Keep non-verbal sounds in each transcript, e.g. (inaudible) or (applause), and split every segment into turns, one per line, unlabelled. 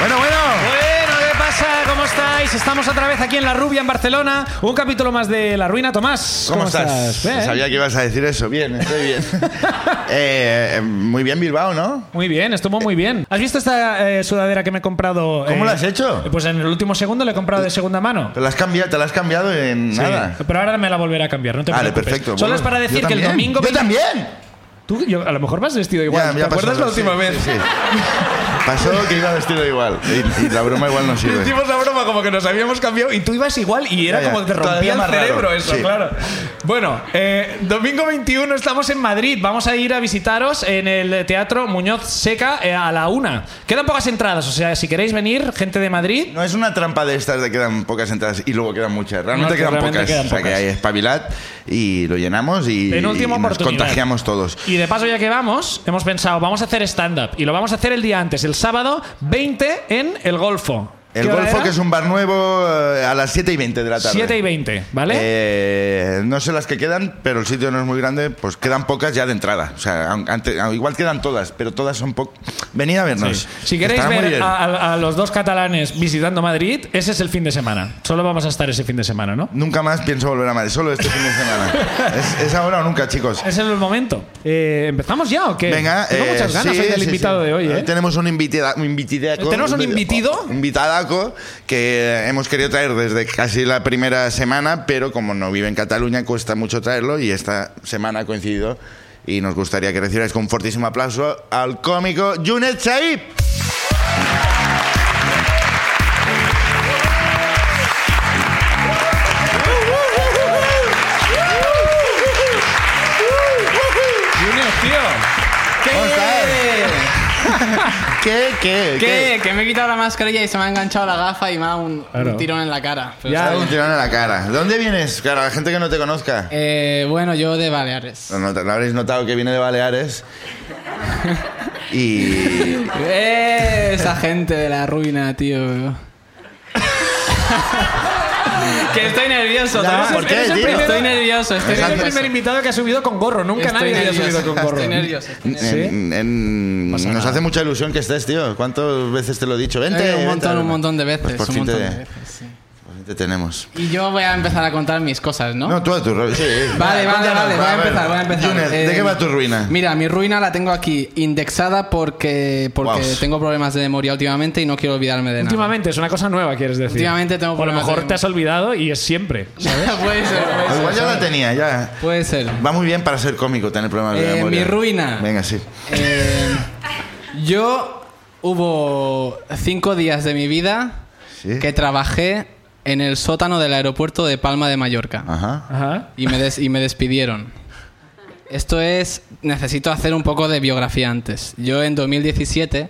Bueno, bueno.
Bueno, ¿qué pasa? ¿Cómo estáis? Estamos otra vez aquí en La Rubia, en Barcelona. Un capítulo más de La Ruina, Tomás.
¿Cómo, estás?
Bien.
Sabía que ibas a decir eso. Bien, estoy
(laughs)
bien. Eh, eh, muy bien, Bilbao, ¿no?
Muy bien, estuvo muy bien. ¿Has visto esta eh, sudadera que me he comprado?
¿Cómo
eh,
la has hecho?
Pues en el último segundo la he comprado de segunda mano.
Te la has cambiado, te la has cambiado en nada.
Sí, pero ahora me la volveré a cambiar, no te
Vale,
preocupes.
perfecto.
Solo
Bueno,
es para
yo
decir que el
también.
domingo...
¡Yo también!
Tú, yo- a lo mejor vas vestido igual.
Ya,
¿Te
ya pasó,
acuerdas la
sí,
última vez?
sí, sí. Pasó que iba vestido igual. Y, y la broma igual no sirve.
Hicimos la broma como que nos habíamos cambiado y tú ibas igual y era
Ya, ya.
como que te
Todavía
rompía el
más raro.
cerebro eso,
Sí.
claro. Bueno, eh, domingo 21 estamos en Madrid. Vamos a ir a visitaros en el Teatro Muñoz Seca eh, a la una. Quedan pocas entradas, o sea, si queréis venir, gente de Madrid.
No es una trampa de estas de quedan pocas entradas y luego quedan muchas. Realmente
No,
quedan
realmente
pocas.
quedan
O sea que
pocas.
hay espabilad y lo llenamos y,
En última
y nos
oportunidad.
contagiamos todos.
Y de paso, ya que vamos, hemos pensado, vamos a hacer stand-up. Y lo vamos a hacer el día antes, el sábado 20 en El Golfo.
El
¿Qué hora
Golfo,
era?
que es un bar nuevo, eh, a las 7 y 20 de la tarde.
7 y 20, ¿vale?
Eh, no sé las que quedan, pero el sitio no es muy grande, pues quedan pocas ya de entrada. O sea, aun- ante- ah, igual quedan todas, pero todas son pocas. Venid a vernos.
Si queréis
Estará muy
ver
bien.
a, a- a los dos catalanes visitando Madrid, ese es el fin de semana. Solo vamos a estar ese fin de semana, ¿no?
Nunca más pienso volver a Madrid, solo este fin de
(laughs)
semana. es, es ahora o nunca, chicos.
Ese es el momento. Eh, ¿Empezamos ya o qué?
Venga,
Tengo
eh,
muchas ganas
sí,
hoy del
sí,
invitado
sí.
de hoy, ¿eh?
Tenemos un invitida, un invitidaco.
¿Tenemos un invitido?
Un invitadaco que hemos querido traer desde casi la primera semana, pero como no vive en Cataluña, cuesta mucho traerlo y esta semana ha coincidido. Y nos gustaría que recibáis con un fortísimo aplauso al cómico Junet Saib.
Junior, tío. ¿Qué?
¿Cómo
(laughs)
estás? ¿Qué? ¿Qué?
¿Qué? Que me he quitado la mascarilla y se me ha enganchado la gafa y me ha dado un, un
Claro.
tirón en la cara. Pero
Te ha
Ya.
dado un tirón en la cara. ¿De dónde vienes? Claro, a la gente que no te conozca.
está- Eh, bueno, yo de Baleares.
No, no, no habréis notado que viene de
(laughs)
Baleares. Y,
Eh, esa gente de la ruina, tío. que estoy nervioso.
Ya,
también.
¿por qué,
Eres el
tío?
primero- Estoy nervioso. Estoy
Eres el
Alejandro.
primer invitado que ha subido con gorro. Nunca
Estoy
nadie había
nervioso,
subido con gorro.
estoy nervioso, estoy nervioso.
¿Sí?
En- en-
Pasa
nos
nada.
hace mucha ilusión que estés, tío. ¿Cuántas veces te lo he dicho? Vente.
Eh, un
vente,
montón,
vente.
un montón de
Pues
veces.
por
un
fin
montón
te,
de veces, sí.
por fin te tenemos.
Y yo voy a empezar a contar mis cosas, ¿no?
No, tú a tu ruina. Sí.
Vale,
Va,
vale,
cuéntanos,
vale,
va,
voy a
ver.
empezar, voy a empezar.
Junet, ¿de
Eh,
qué va tu ruina?
Mira, mi ruina la tengo aquí indexada porque, porque
Guau.
tengo problemas de memoria últimamente y no quiero olvidarme de nada.
Últimamente, es una cosa nueva, quieres decir.
Últimamente tengo
O a lo
problemas
mejor
de-
te has olvidado y es siempre.
(laughs) puede ser, puede
Ah,
ser.
Igual ya la tenía, ya.
Puede ser.
Va muy bien para ser cómico tener problemas de
Eh,
memoria.
mi ruina.
Venga, sí.
Eh, yo hubo cinco días de mi vida
Sí.
que trabajé en el sótano del aeropuerto de Palma de Mallorca
Ajá.
Ajá.
y me, des- y me despidieron. Esto es, necesito hacer un poco de biografía antes. Yo en 2017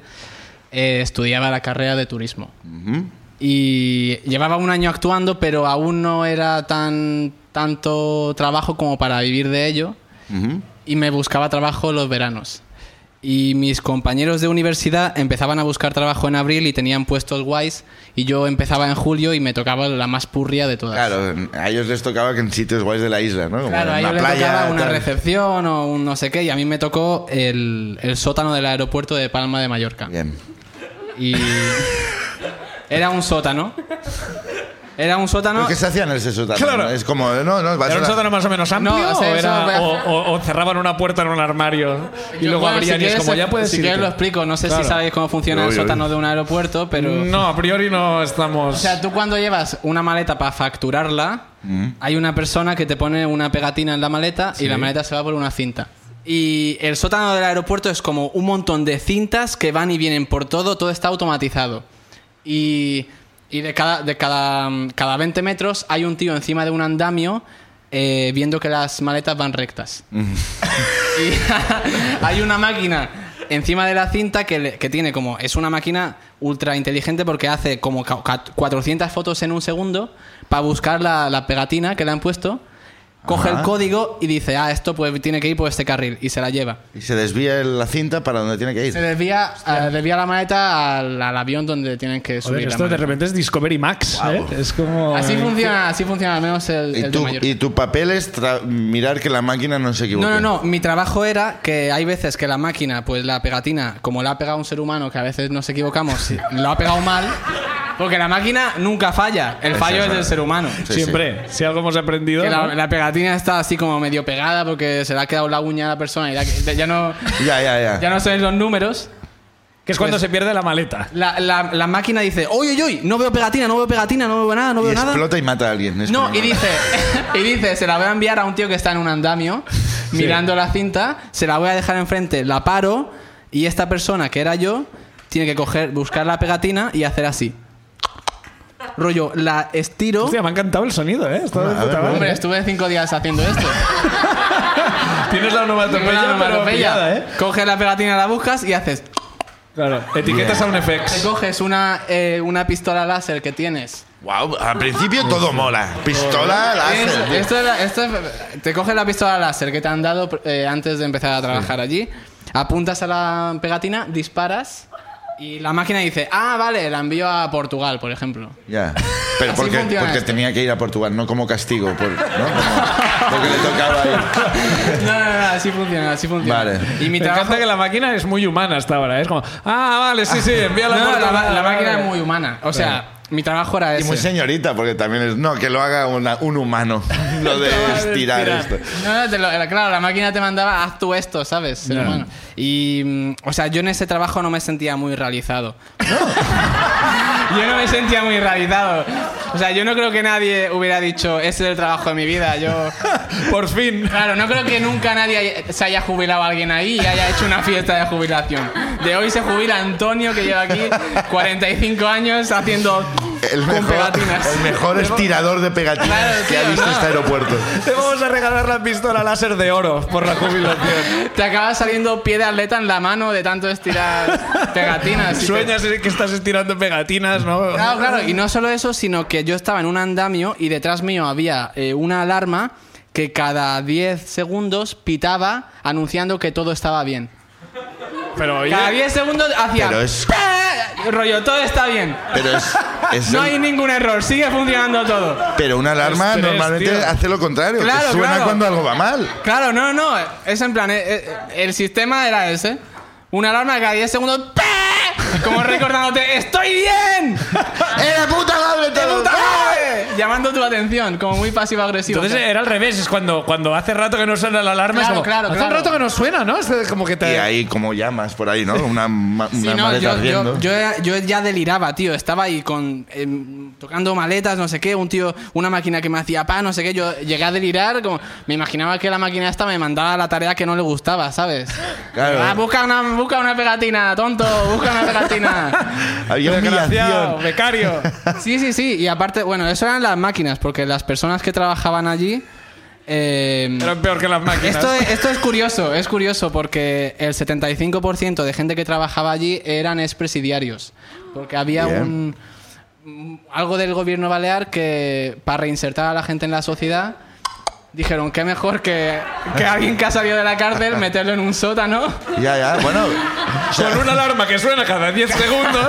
eh, estudiaba la carrera de turismo
Ujú.
y llevaba un año actuando, pero aún no era tan tanto trabajo como para vivir de ello
Ujú.
y me buscaba trabajo los veranos. Y mis compañeros de universidad empezaban a buscar trabajo en abril y tenían puestos guays y yo empezaba en julio y me tocaba la más purria de todas.
Claro, a ellos les tocaba que en sitios guays de la isla, ¿no? Como en
Claro, a
la
ellos les
playa,
tocaba una
tal.
recepción o un no sé qué y a mí me tocó el, el sótano del aeropuerto de Palma de Mallorca.
Bien. (laughs)
Y era un sótano. Era un sótano...
¿Pero qué se hacían en ese sótano?
Claro.
Es como, no, no, va a
¿Era
ser
un
una-
sótano más o menos amplio
No, o
o,
sea, eso
era-
voy a-
o- o- o cerraban una puerta en un armario y
Yo-
luego
bueno,
abrían y
si
es
quieres,
como ya puedes
Si quieres
irte"?
lo explico. No sé
Claro.
si sabéis cómo funciona
Uy,
el
uy.
sótano de un aeropuerto, pero...
No, a priori no estamos.
O sea, tú cuando llevas una maleta para facturarla, hay una persona que te pone una pegatina en la maleta y la maleta se va por una cinta. Y el sótano del aeropuerto es como un montón de cintas que van y vienen por todo, todo está automatizado. Y, y de, cada, de cada, mm, cada 20 metros hay un tío encima de un andamio eh, viendo que las maletas van rectas. Y (laughs) hay una máquina encima de la cinta que, le- que tiene como. Es una máquina ultra inteligente porque hace como ca- ca- 400 fotos en un segundo para buscar la, la pegatina que le han puesto. coge
Ajá.
el código y dice, ah, esto pues tiene que ir por este carril y se la lleva.
Y se desvía la cinta para donde tiene que ir.
Se desvía, eh, desvía la maleta al, al avión donde tienen que subir.
Joder,
la
esto de
maleta.
repente es Discovery Max. ¿eh? Es como.
Así funciona, así funciona al menos el,
Y
el de
tu,
Mallorca.
y tu papel es tra- mirar que la máquina no se equivoque.
No, no, no. Mi trabajo era que hay veces que la máquina, pues la pegatina, como la ha pegado un ser humano, que a veces nos equivocamos, sí, lo ha pegado mal. Porque la máquina nunca falla. El
Eso
fallo
es
es del
verdad.
ser humano.
Sí,
Siempre. Si algo hemos aprendido.
Que la,
¿no?
la pegatina está así como medio pegada porque se le ha quedado la uña a la persona y la- ya no,
Ya, ya, ya.
ya no son los números.
Que es cuando
Pues-
se pierde la maleta.
La, la- la máquina dice, oye, oye, oye, no veo pegatina, no veo pegatina, no veo nada, no
y
veo nada.
explota y mata a alguien. es
No,
como-
y dice, (laughs) y dice, se la voy a enviar a un tío que está en un andamio mirando la cinta, se la voy a dejar enfrente, la paro y esta persona que era yo tiene que coger, buscar la pegatina y hacer así. Rollo, la estiro.
Hostia, me ha encantado el sonido, ¿eh? Está de
Ah, a
puta
ver,
madre.
Hombre, estuve cinco días haciendo esto.
(laughs) Tienes la onomatopeya,
Una
pero
onomatopeya.
pillada, ¿eh?
Coges la pegatina, la buscas y haces.
Claro. Etiquetas a un
Te
FX.
coges una, eh, una pistola láser que tienes.
Guau, al principio todo mola. Pistola,
Es-
láser.
esto era- esto es- te coges la pistola láser que te han dado eh, antes de empezar a trabajar allí, apuntas a la pegatina, disparas y la máquina dice, ah, vale, la envío a Portugal, por ejemplo.
Ya. Pero
Así
porque,
funciona
porque
esto.
tenía que ir a Portugal, no como castigo, por- ¿no? Como- (laughs) porque le tocaba ir.
(laughs) No, no, no, así funciona, así funciona.
Vale.
Y mi
Me
trabajo...
encanta que la máquina es muy humana hasta ahora. ¿eh? Es como, ah, vale,
(laughs)
sí, sí, envía la
No, la,
puerta,
ma-
vale,
la máquina
vale.
es muy humana. O sea, mi trabajo era
Y muy
ese.
señorita, porque también es. No, que lo haga una- un humano. (laughs) Lo
(laughs)
de estirar
estirar.
esto.
No, no, te lo- eh, claro, la máquina te mandaba, haz tú esto, ¿sabes? ser
Ya.
humano? Y, mm, o sea, yo en ese trabajo no me sentía muy realizado. (laughs) yo no me sentía muy realizado. O sea, yo no creo que nadie hubiera dicho, ese es el trabajo de mi vida. Yo,
Por fin. (laughs)
claro, no creo que nunca nadie haya- se haya jubilado alguien ahí y haya hecho una fiesta de jubilación. De hoy se jubila Antonio, que lleva aquí 45 años haciendo
El
con
mejor,
pegatinas.
el mejor estirador de pegatinas
Claro,
que ha
tío,
visto
no.
este aeropuerto.
Te vamos a regalar la pistola láser de oro por la jubilación.
Te acaba saliendo pie de atleta en la mano de tanto estirar pegatinas. y te- Ah,
Sueñas que estás estirando pegatinas, ¿no?
Claro, claro. Y no solo eso, sino que yo estaba en un andamio y detrás mío había eh, una alarma que cada 10 segundos pitaba anunciando que todo estaba bien.
Pero oye,
Cada 10 segundos hacía...
Pero es-
"Pa", Rollo, todo está bien.
Pero es. es
No
el-
hay ningún error, sigue funcionando todo.
Pero una alarma
Estrés,
normalmente
tío.
hace lo contrario. que
Claro,
suena
claro.
cuando algo va
(laughs)
mal.
Claro, no, no. Es en plan, eh, eh, el sistema era ese. Una alarma cada 10 segundos... "Pa", Como recordándote, ¡estoy bien!
¡Eh, la puta madre!
¡De
todo!
puta madre! ¡Ah! Llamando tu atención, como muy pasivo-agresivo.
entonces
eh,
era al revés, es cuando, cuando hace rato que no suena la alarma. es
Claro,
como,
claro,
hace
claro.
un rato que no suena, ¿no? Este Es como que
Y
te.
ahí como llamas por ahí, ¿no? Una, ma-
Sí,
una
no,
maleta
yo, yo-
ardiendo.
yo ya- yo ya deliraba, tío. Estaba ahí con em, tocando maletas, no sé qué, un tío, una máquina que me hacía pa, no sé qué. Yo llegué a delirar, como me imaginaba que la máquina esta me mandaba la tarea que no le gustaba, ¿sabes?
Claro.
Ah, busca una, busca una pegatina, tonto, busca
(laughs)
una pegatina.
Había
Desgraciado,
humillación.
becario.
Sí, sí, sí. Y aparte, bueno, eso eran las máquinas, porque las personas que trabajaban allí. em,
Eran peor que las máquinas.
esto, es- esto es curioso, es curioso porque el 75% de gente que trabajaba allí eran expresidiarios. Porque había
Bien.
un, un- algo del gobierno balear que para reinsertar a la gente en la sociedad dijeron que mejor que, que alguien que ha salido de la cárcel meterlo en un sótano.
Ya, ya,
(laughs)
bueno.
Con una alarma que suena cada 10 segundos,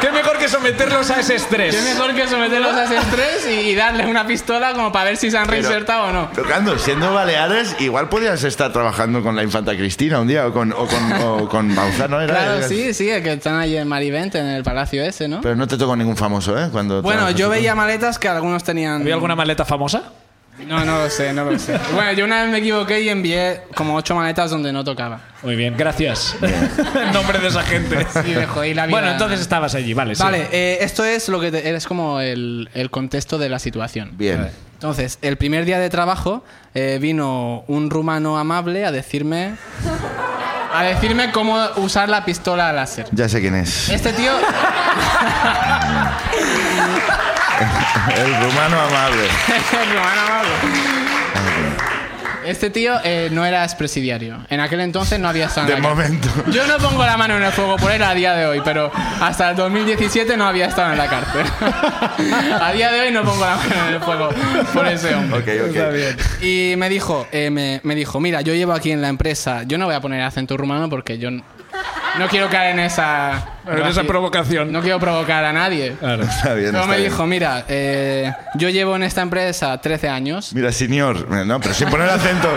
qué mejor que someterlos a ese estrés.
Que mejor que someterlos a ese estrés y, y darle una pistola como para ver si se han reinsertado o no.
Tocando, siendo Baleares, igual podías estar trabajando con la infanta Cristina un día o con, o con, o con Bauzano, ¿era?
Claro,
Era-
sí, sí, que están ahí en Marivente, en el palacio ese, ¿no?
Pero no te tocó ningún famoso, ¿eh? Cuando
Bueno,
trabajas
yo
tú.
veía maletas que algunos tenían...
¿Había alguna maleta famosa?
No, no lo sé, no lo sé. Bueno, yo una vez me equivoqué y envié como ocho maletas donde no tocaba.
Muy bien, gracias. (laughs) En nombre de esa gente.
Y me jodí la vida.
Bueno, entonces estabas allí, vale. sí.
Vale, eh, esto es lo que te- es como el, el contexto de la situación.
Bien.
Entonces, el primer día de trabajo eh, vino un rumano amable a decirme. A decirme cómo usar la pistola láser.
Ya sé quién es.
Este tío. (laughs)
El rumano amable. Ah,
el rumano amable. Este tío eh, no era expresidiario. En aquel entonces no había estado
De
en la cárcel.
momento. (laughs)
Yo no pongo la mano en el fuego por él a día de hoy, pero hasta el 2017 no había estado en la cárcel. (laughs) a día de hoy no pongo la mano en el fuego por ese hombre.
Ok,
Está
ok.
bien.
Y me dijo, eh, me, me dijo, mira, yo llevo aquí en la empresa, yo no voy a poner acento rumano porque yo n- no quiero caer en esa...
En esa provocación.
No quiero provocar a nadie.
Claro.
Está bien,
Pero
está
me
Ah, bien.
dijo, mira, eh, yo llevo en esta empresa 13 años.
Mira, señor. No, pero sin poner acento.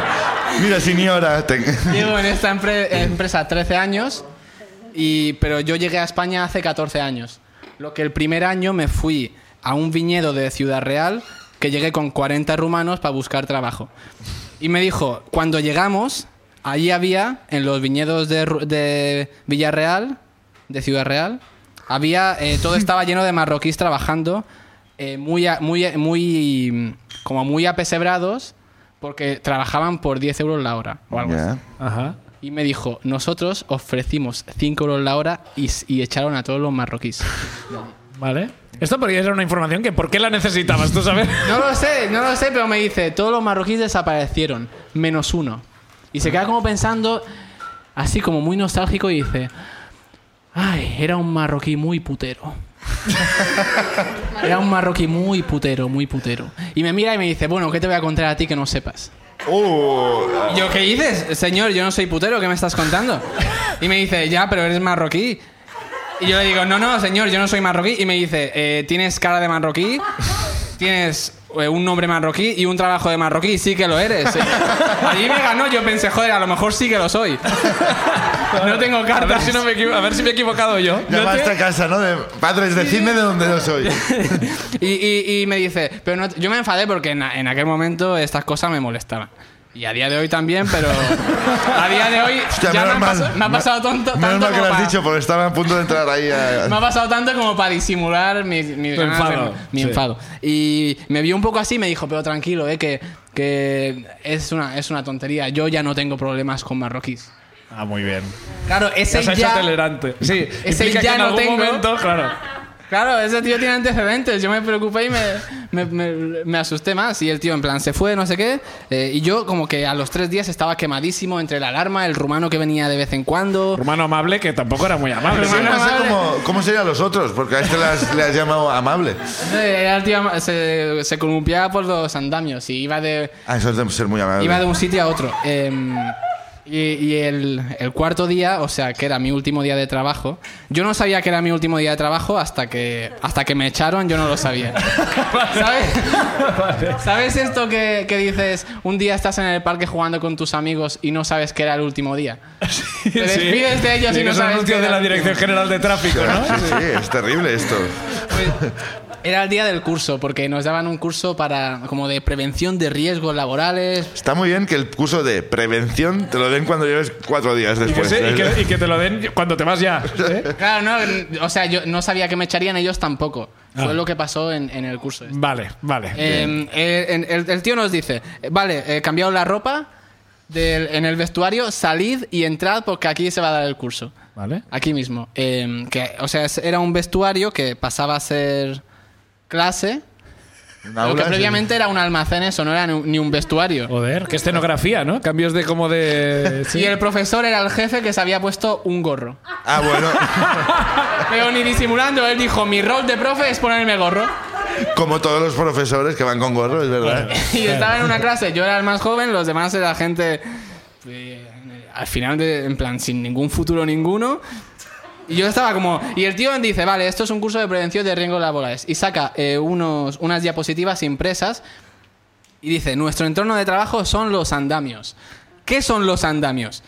Mira, señora. te-
Llevo en esta empre- empresa 13 años, y, pero yo llegué a España hace 14 años. Lo que el primer año me fui a un viñedo de Ciudad Real, que llegué con 40 rumanos para buscar trabajo. Y me dijo, cuando llegamos, allí había, en los viñedos de, Ru- de Villarreal, de Ciudad Real, había, eh, todo estaba lleno de marroquíes trabajando, eh, muy, a- muy, muy, mm, como muy apesebrados, porque trabajaban por 10 euros la hora. O algo así.
Ya.
Ajá.
Y me dijo, nosotros ofrecimos 5 euros la hora y, y echaron a todos los marroquíes.
Vale. Esto podría ser una información que ¿por qué la necesitabas tú sabes?
No lo sé, no lo sé, pero me dice, todos los marroquíes desaparecieron, menos uno. Y se queda como pensando, así como muy nostálgico, y dice, ay, era un marroquí muy putero. (laughs) era un marroquí muy putero, muy putero. Y me mira y me dice, bueno, ¿qué te voy a contar a ti que no sepas?
Uh,
Y Yo, ¿qué dices? Señor, yo no soy putero, ¿qué me estás contando? Y me dice, ya, pero eres marroquí. Y yo le digo, no, no, señor, yo no soy marroquí. Y me dice, "Eh, tienes cara de marroquí, tienes eh, un nombre marroquí y un trabajo de marroquí, sí que lo eres. Allí me ganó, yo pensé, joder, a lo mejor sí que lo soy. No tengo
A ver
cartas.
si, no me equivo- a ver si me he equivocado yo.
ya
No
va a
te-
esta casa, ¿no? De, padres, decidme de dónde no
(laughs)
soy.
Y, y- y me dice, pero no, yo me enfadé porque en, a- en aquel momento estas cosas me molestaban. Y a día de hoy también, pero a día de hoy
Hostia,
ya me,
menos
han
mal.
pas- me ha pasado tonto,
Menos
tanto
mal que
como
lo has
pa-
dicho, porque estaba a punto de entrar ahí
(laughs)
a...
me ha pasado tanto como para disimular mi, mi,
Tu
ganas de-
enfado,
mi
sí.
enfado. Y me vio un poco así y me dijo, pero tranquilo, eh, que, que es, una, es una tontería. Yo ya no tengo problemas con marroquíes.
Ah, muy bien.
Claro,
Ya
ese
se ha
ya...
hecho tolerante. Sí,
Ese
implica
ya
que en
no
algún
tengo.
momento, claro.
Claro, ese tío tiene antecedentes. Yo me preocupé y me, me, me- me asusté más. Y el tío, en plan, se fue, no sé qué. eh, y yo, como que a los tres días estaba quemadísimo entre la alarma, el rumano que venía de vez en cuando.
Rumano amable que tampoco era muy amable.
Pero
sí.
yo no sé
amable.
cómo, cómo serían los otros, porque a este le has, le has llamado amable.
Eh, Era el tío ama- se, se columpiaba por los andamios y iba de,
Ah, eso es de ser muy amable.
iba de un sitio a otro. Em, y y el, el cuarto día, o sea, que era mi último día de trabajo, yo no sabía que era mi último día de trabajo hasta que, hasta que me echaron, yo no lo sabía. ¿Sabes? ¿Sabes esto que, que dices, un día estás en el parque jugando con tus amigos y no sabes que era el último día? Te
(laughs) Sí.
despides de ellos
Sí, que
y no
es un
sabes
anuncio
que
de la
era el último.
Dirección General de Tráfico, (laughs) ¿no?
(laughs) Sí, sí, es terrible esto.
Pues, Era el día del curso, porque nos daban un curso para como de prevención de riesgos laborales.
Está muy bien que el curso de prevención te lo den cuando lleves cuatro días
Y que,
después.
Pues sí, y que- y que te lo den cuando te vas ya. ¿eh?
Claro, no, o sea, yo no sabía que me echarían ellos tampoco. Fue lo que pasó en, en el curso. este.
Vale, vale.
Eh, eh, en- el, el tío nos dice, eh, vale, eh, cambiaos la ropa del- en el vestuario, salid y entrad porque aquí se va a dar el curso.
Vale.
Aquí mismo. Eh, que, o sea, es- era un vestuario que pasaba a ser clase,
Un
lo
aula,
que
sí.
previamente era un almacén, eso no era ni un- ni un vestuario.
Joder, qué escenografía, ¿no? Cambios de como de. Oh, (laughs) sí.
Y el profesor era el jefe que se había puesto un gorro.
Ah,
(laughs)
bueno,
Pero ni disimulando, él dijo, mi rol de profe es ponerme gorro.
como todos los profesores que van con gorro, es verdad.
(laughs) Y estaba en una clase, yo era el más joven, los demás era gente... eh, al final, de- en plan, sin ningún futuro ninguno. Y yo estaba como... Y el tío dice, vale, esto es un curso de prevención de riesgos laborales. Y saca eh, unos, unas diapositivas impresas y dice, nuestro entorno de trabajo son los andamios. ¿Qué son los andamios?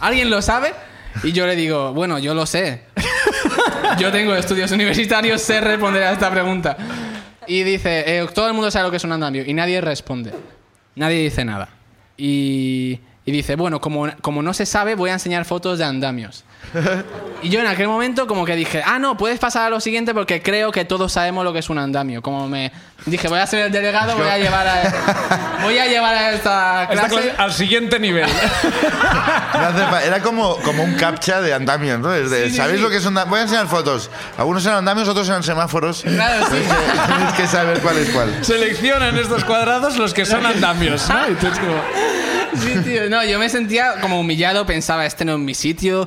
¿Alguien lo sabe? Y yo le digo, bueno, yo lo sé. Yo tengo estudios universitarios, sé responder a esta pregunta. Y dice, eh, todo el mundo sabe lo que es un andamio. Y nadie responde. Nadie dice nada. Y, y dice, bueno, como, como no se sabe, voy a enseñar fotos de andamios. Y yo en aquel momento como que dije, ah, no, puedes pasar a lo siguiente porque creo que todos sabemos lo que es un andamio. Como me dije, voy a ser el delegado, voy a llevar a, voy a, llevar a (laughs) esta
Esta
clase.
clase al siguiente (laughs) nivel.
No hace fa- Era como, como un captcha de andamios, ¿no? Es de,
Sí, sí,
¿Sabéis
sí.
lo que son? Voy a enseñar fotos. Algunos eran andamios, otros eran semáforos.
Claro, sí.
Tienes que saber cuál es cuál.
Seleccionan estos cuadrados los que son andamios, ¿no? Y tú es como-
Sí, tío. No, yo me sentía como humillado, pensaba, este no es mi sitio.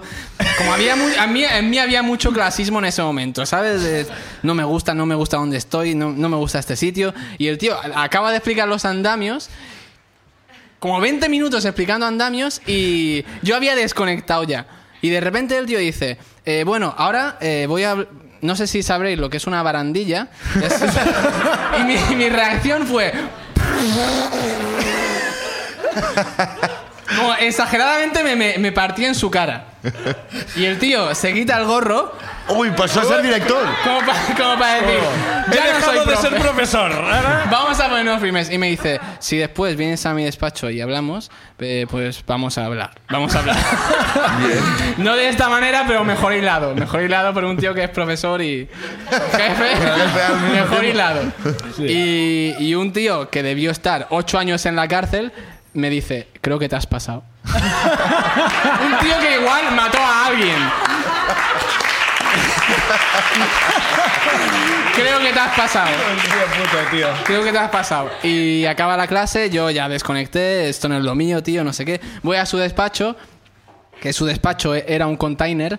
Como había mu- a mí, en mí había mucho clasismo en ese momento, ¿sabes? De, no me gusta, no me gusta donde estoy, no, no me gusta este sitio. Y el tío a- acaba de explicar los andamios. Como 20 minutos explicando andamios y yo había desconectado ya. Y de repente el tío dice, eh, bueno, ahora eh, voy a... No sé si sabréis lo que es una barandilla. (laughs) Es- y mi- mi reacción fue, Como exageradamente me, me, me partí en su cara. Y el tío se quita el gorro
Uy, pasó a ser director. (laughs)
como para decir,
He
ya no soy
dejado de
profe.
ser (laughs) profesor. ¿verdad?
Vamos a ponernos firmes. Y me dice, si después vienes a mi despacho y hablamos, eh, pues vamos a hablar. Vamos a hablar. no de esta manera, pero mejor hilado. Mejor hilado por un tío que es profesor y jefe.
jefe al mismo
mejor
tiempo.
hilado. Y, y un tío que debió estar ocho años en la cárcel me dice, creo que te has pasado. un tío que igual mató a alguien. Creo que te has pasado. Creo que te has pasado. Y acaba la clase, yo ya desconecté, esto no es lo mío, tío, no sé qué. Voy a su despacho, que su despacho e- era un container.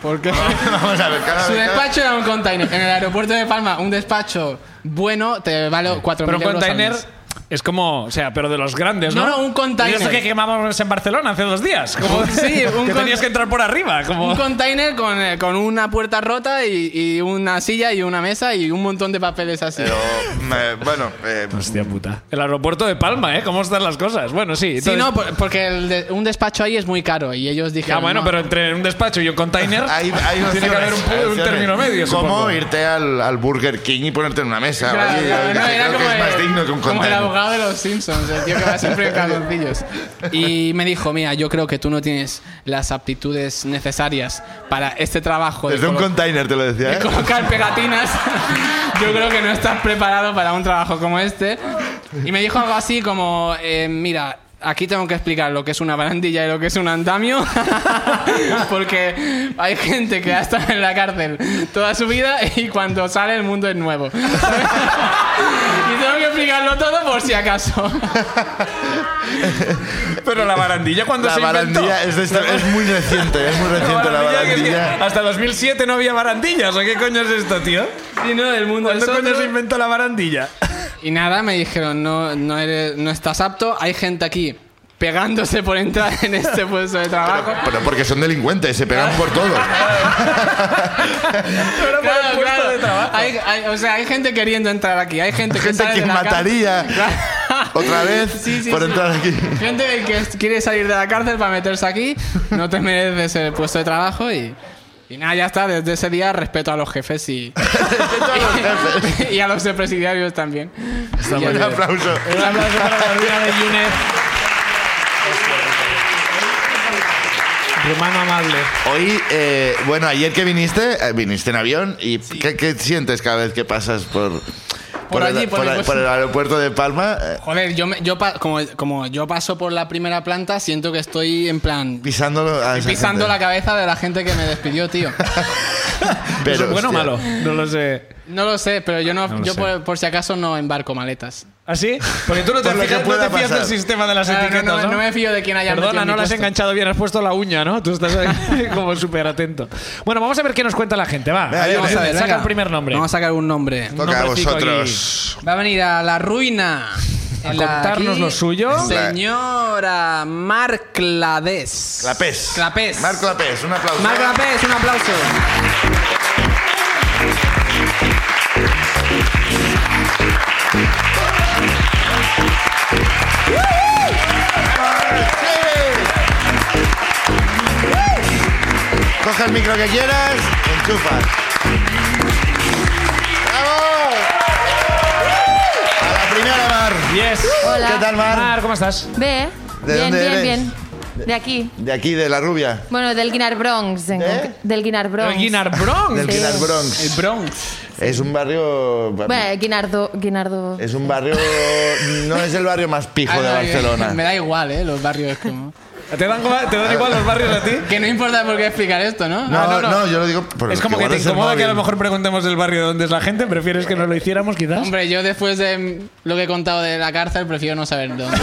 Porque
Ah.
Vamos a ver, cada
(laughs) su
vez- cada-
despacho era un container. En el aeropuerto de Palma, un despacho bueno te vale 4.000
Pero un
euros. al
container
mes.
es como, o sea, pero de los grandes, ¿no?
No, no, un container.
Y esto que quemábamos en Barcelona hace dos días. Como,
(laughs) Sí, un
que
con-
tenías que entrar por arriba. Como...
Un container con, eh, con una puerta rota y, y una silla y una mesa y un montón de papeles así.
Pero, eh, bueno, eh,
Hostia puta. El aeropuerto de Palma, ¿eh? ¿Cómo están las cosas? Bueno, sí.
sí,
entonces-
no, pues, por- porque el de- un despacho ahí es muy caro y ellos
Ah,
dijeron.
bueno,
"No".
pero entre un despacho y
(laughs)
un container
hay, hay
tiene que
opciones,
haber un, pu-
hay
un
opciones.
término medio.
Como
supongo.
irte al, al Burger King y ponerte en una mesa.
Claro,
Oye,
claro,
yo
no,
creo
era
que
como
es más
el-
digno que un
como el
container.
abogado de los Simpsons, el tío que va siempre
(laughs)
en calzoncillos. Y me dijo, mira, yo creo que tú no tienes las aptitudes necesarias para este trabajo de,
Desde un
colo-
container te lo decía,
de
¿eh?
colocar pegatinas. (laughs) yo creo que no estás preparado para un trabajo como este. Y me dijo algo así como, eh, mira... Aquí tengo que explicar lo que es una barandilla y lo que es un andamio, (laughs) porque hay gente que ha estado en la cárcel toda su vida y cuando sale el mundo es nuevo. (laughs) Y tengo que explicarlo todo por si acaso.
Pero la barandilla, cuando
La
se inventó?
barandilla es, de esta- es muy reciente, es muy reciente la
barandilla, que- que
barandilla.
hasta 2007 no había barandillas. ¿O qué coño es esto, tío?
Y no, el mundo
¿Cuándo
es
coño
otro.
se inventó la barandilla?
Y nada, me dijeron, no, no, eres, no estás apto, hay gente aquí pegándose por entrar en este puesto de trabajo.
Pero porque son delincuentes, se pegan por
(laughs)
todo.
(laughs) Pero por el
Claro,
puesto
claro.
de trabajo.
Hay- hay- o sea, hay gente queriendo entrar aquí, hay gente que
Gente
sale
que
de la cárcel.
mataría
Claro.
otra vez
Sí, sí,
por
sí.
entrar aquí.
Gente que quiere salir de la cárcel para meterse aquí, no te mereces el puesto de trabajo y, y nada, ya está. Desde ese día respeto a los jefes y, y a los presidiarios también. Y ya
Un
está.
aplauso.
Un aplauso para Carolina de Yúnez. Rumano amable.
Hoy, eh, bueno, ayer que viniste, eh, viniste en avión y ¿qué, qué sientes cada vez que pasas por,
allí,
el,
por el-
el- por el aeropuerto de Palma? eh,
Joder, yo, me- yo pa- como, como yo paso por la primera planta, siento que estoy en plan
Pisándolo a esa
pisando la
gente.
cabeza de la gente que me despidió, tío.
Pero,
¿Es bueno
hostia,
o malo? No lo sé.
No lo sé, pero yo no,
No lo
yo
sé.
por, por si acaso no embarco maletas.
¿Así? ¿Ah, Porque tú no te,
Por lo que
fijas, no
pueda
te fías
pasar.
del sistema de las
Claro, Ah, no,
etiquetas,
no,
¿no?
no me fío de quién haya metido
Perdona,
en
no
mi
la has
puesto.
enganchado bien, has puesto la uña, ¿no? Tú estás ahí (laughs) como súper atento. Bueno, vamos a ver qué nos cuenta la gente, va.
Venga,
Adiós,
vamos
a ver,
saca
venga.
el primer nombre.
Vamos a sacar un nombre.
Toca a
Nombrecico
vosotros.
Va a venir a la ruina. A
contarnos lo suyo.
Señora Marclades.
Clapés.
Clapés.
Marco Clapés, un aplauso.
Marc Clapés, un aplauso.
Coge el micro que quieras, enchufa. ¡Bravo! A la primera, Mar.
Yes.
Hola.
¿Qué tal, Mar?
Mar, ¿cómo estás?
Ve.
¿De
bien,
dónde
bien,
eres?
bien. De aquí.
De aquí, de la rubia.
Bueno, del Guinar Bronx. en
¿Eh?
conc- Del Guinar Bronx.
El Guinar Bronx.
Del Pilar Bronx.
El Bronx.
Es un barrio...
Bueno, Guinardo. Guinardo.
Es un barrio... No es el barrio más pijo de
Ah, no,
Barcelona.
Me da igual, ¿eh? Los barrios como...
¿Te dan, gua- te dan igual los barrios a ti?
Que no importa por qué explicar esto, ¿no?
No,
Ah,
no, yo lo digo por
Es como que
igual
te
el
incomoda que a lo
móvil.
mejor preguntemos del barrio donde es la gente. ¿Prefieres que no lo hiciéramos, quizás?
Hombre, yo después de lo que he contado de la cárcel prefiero no saber dónde.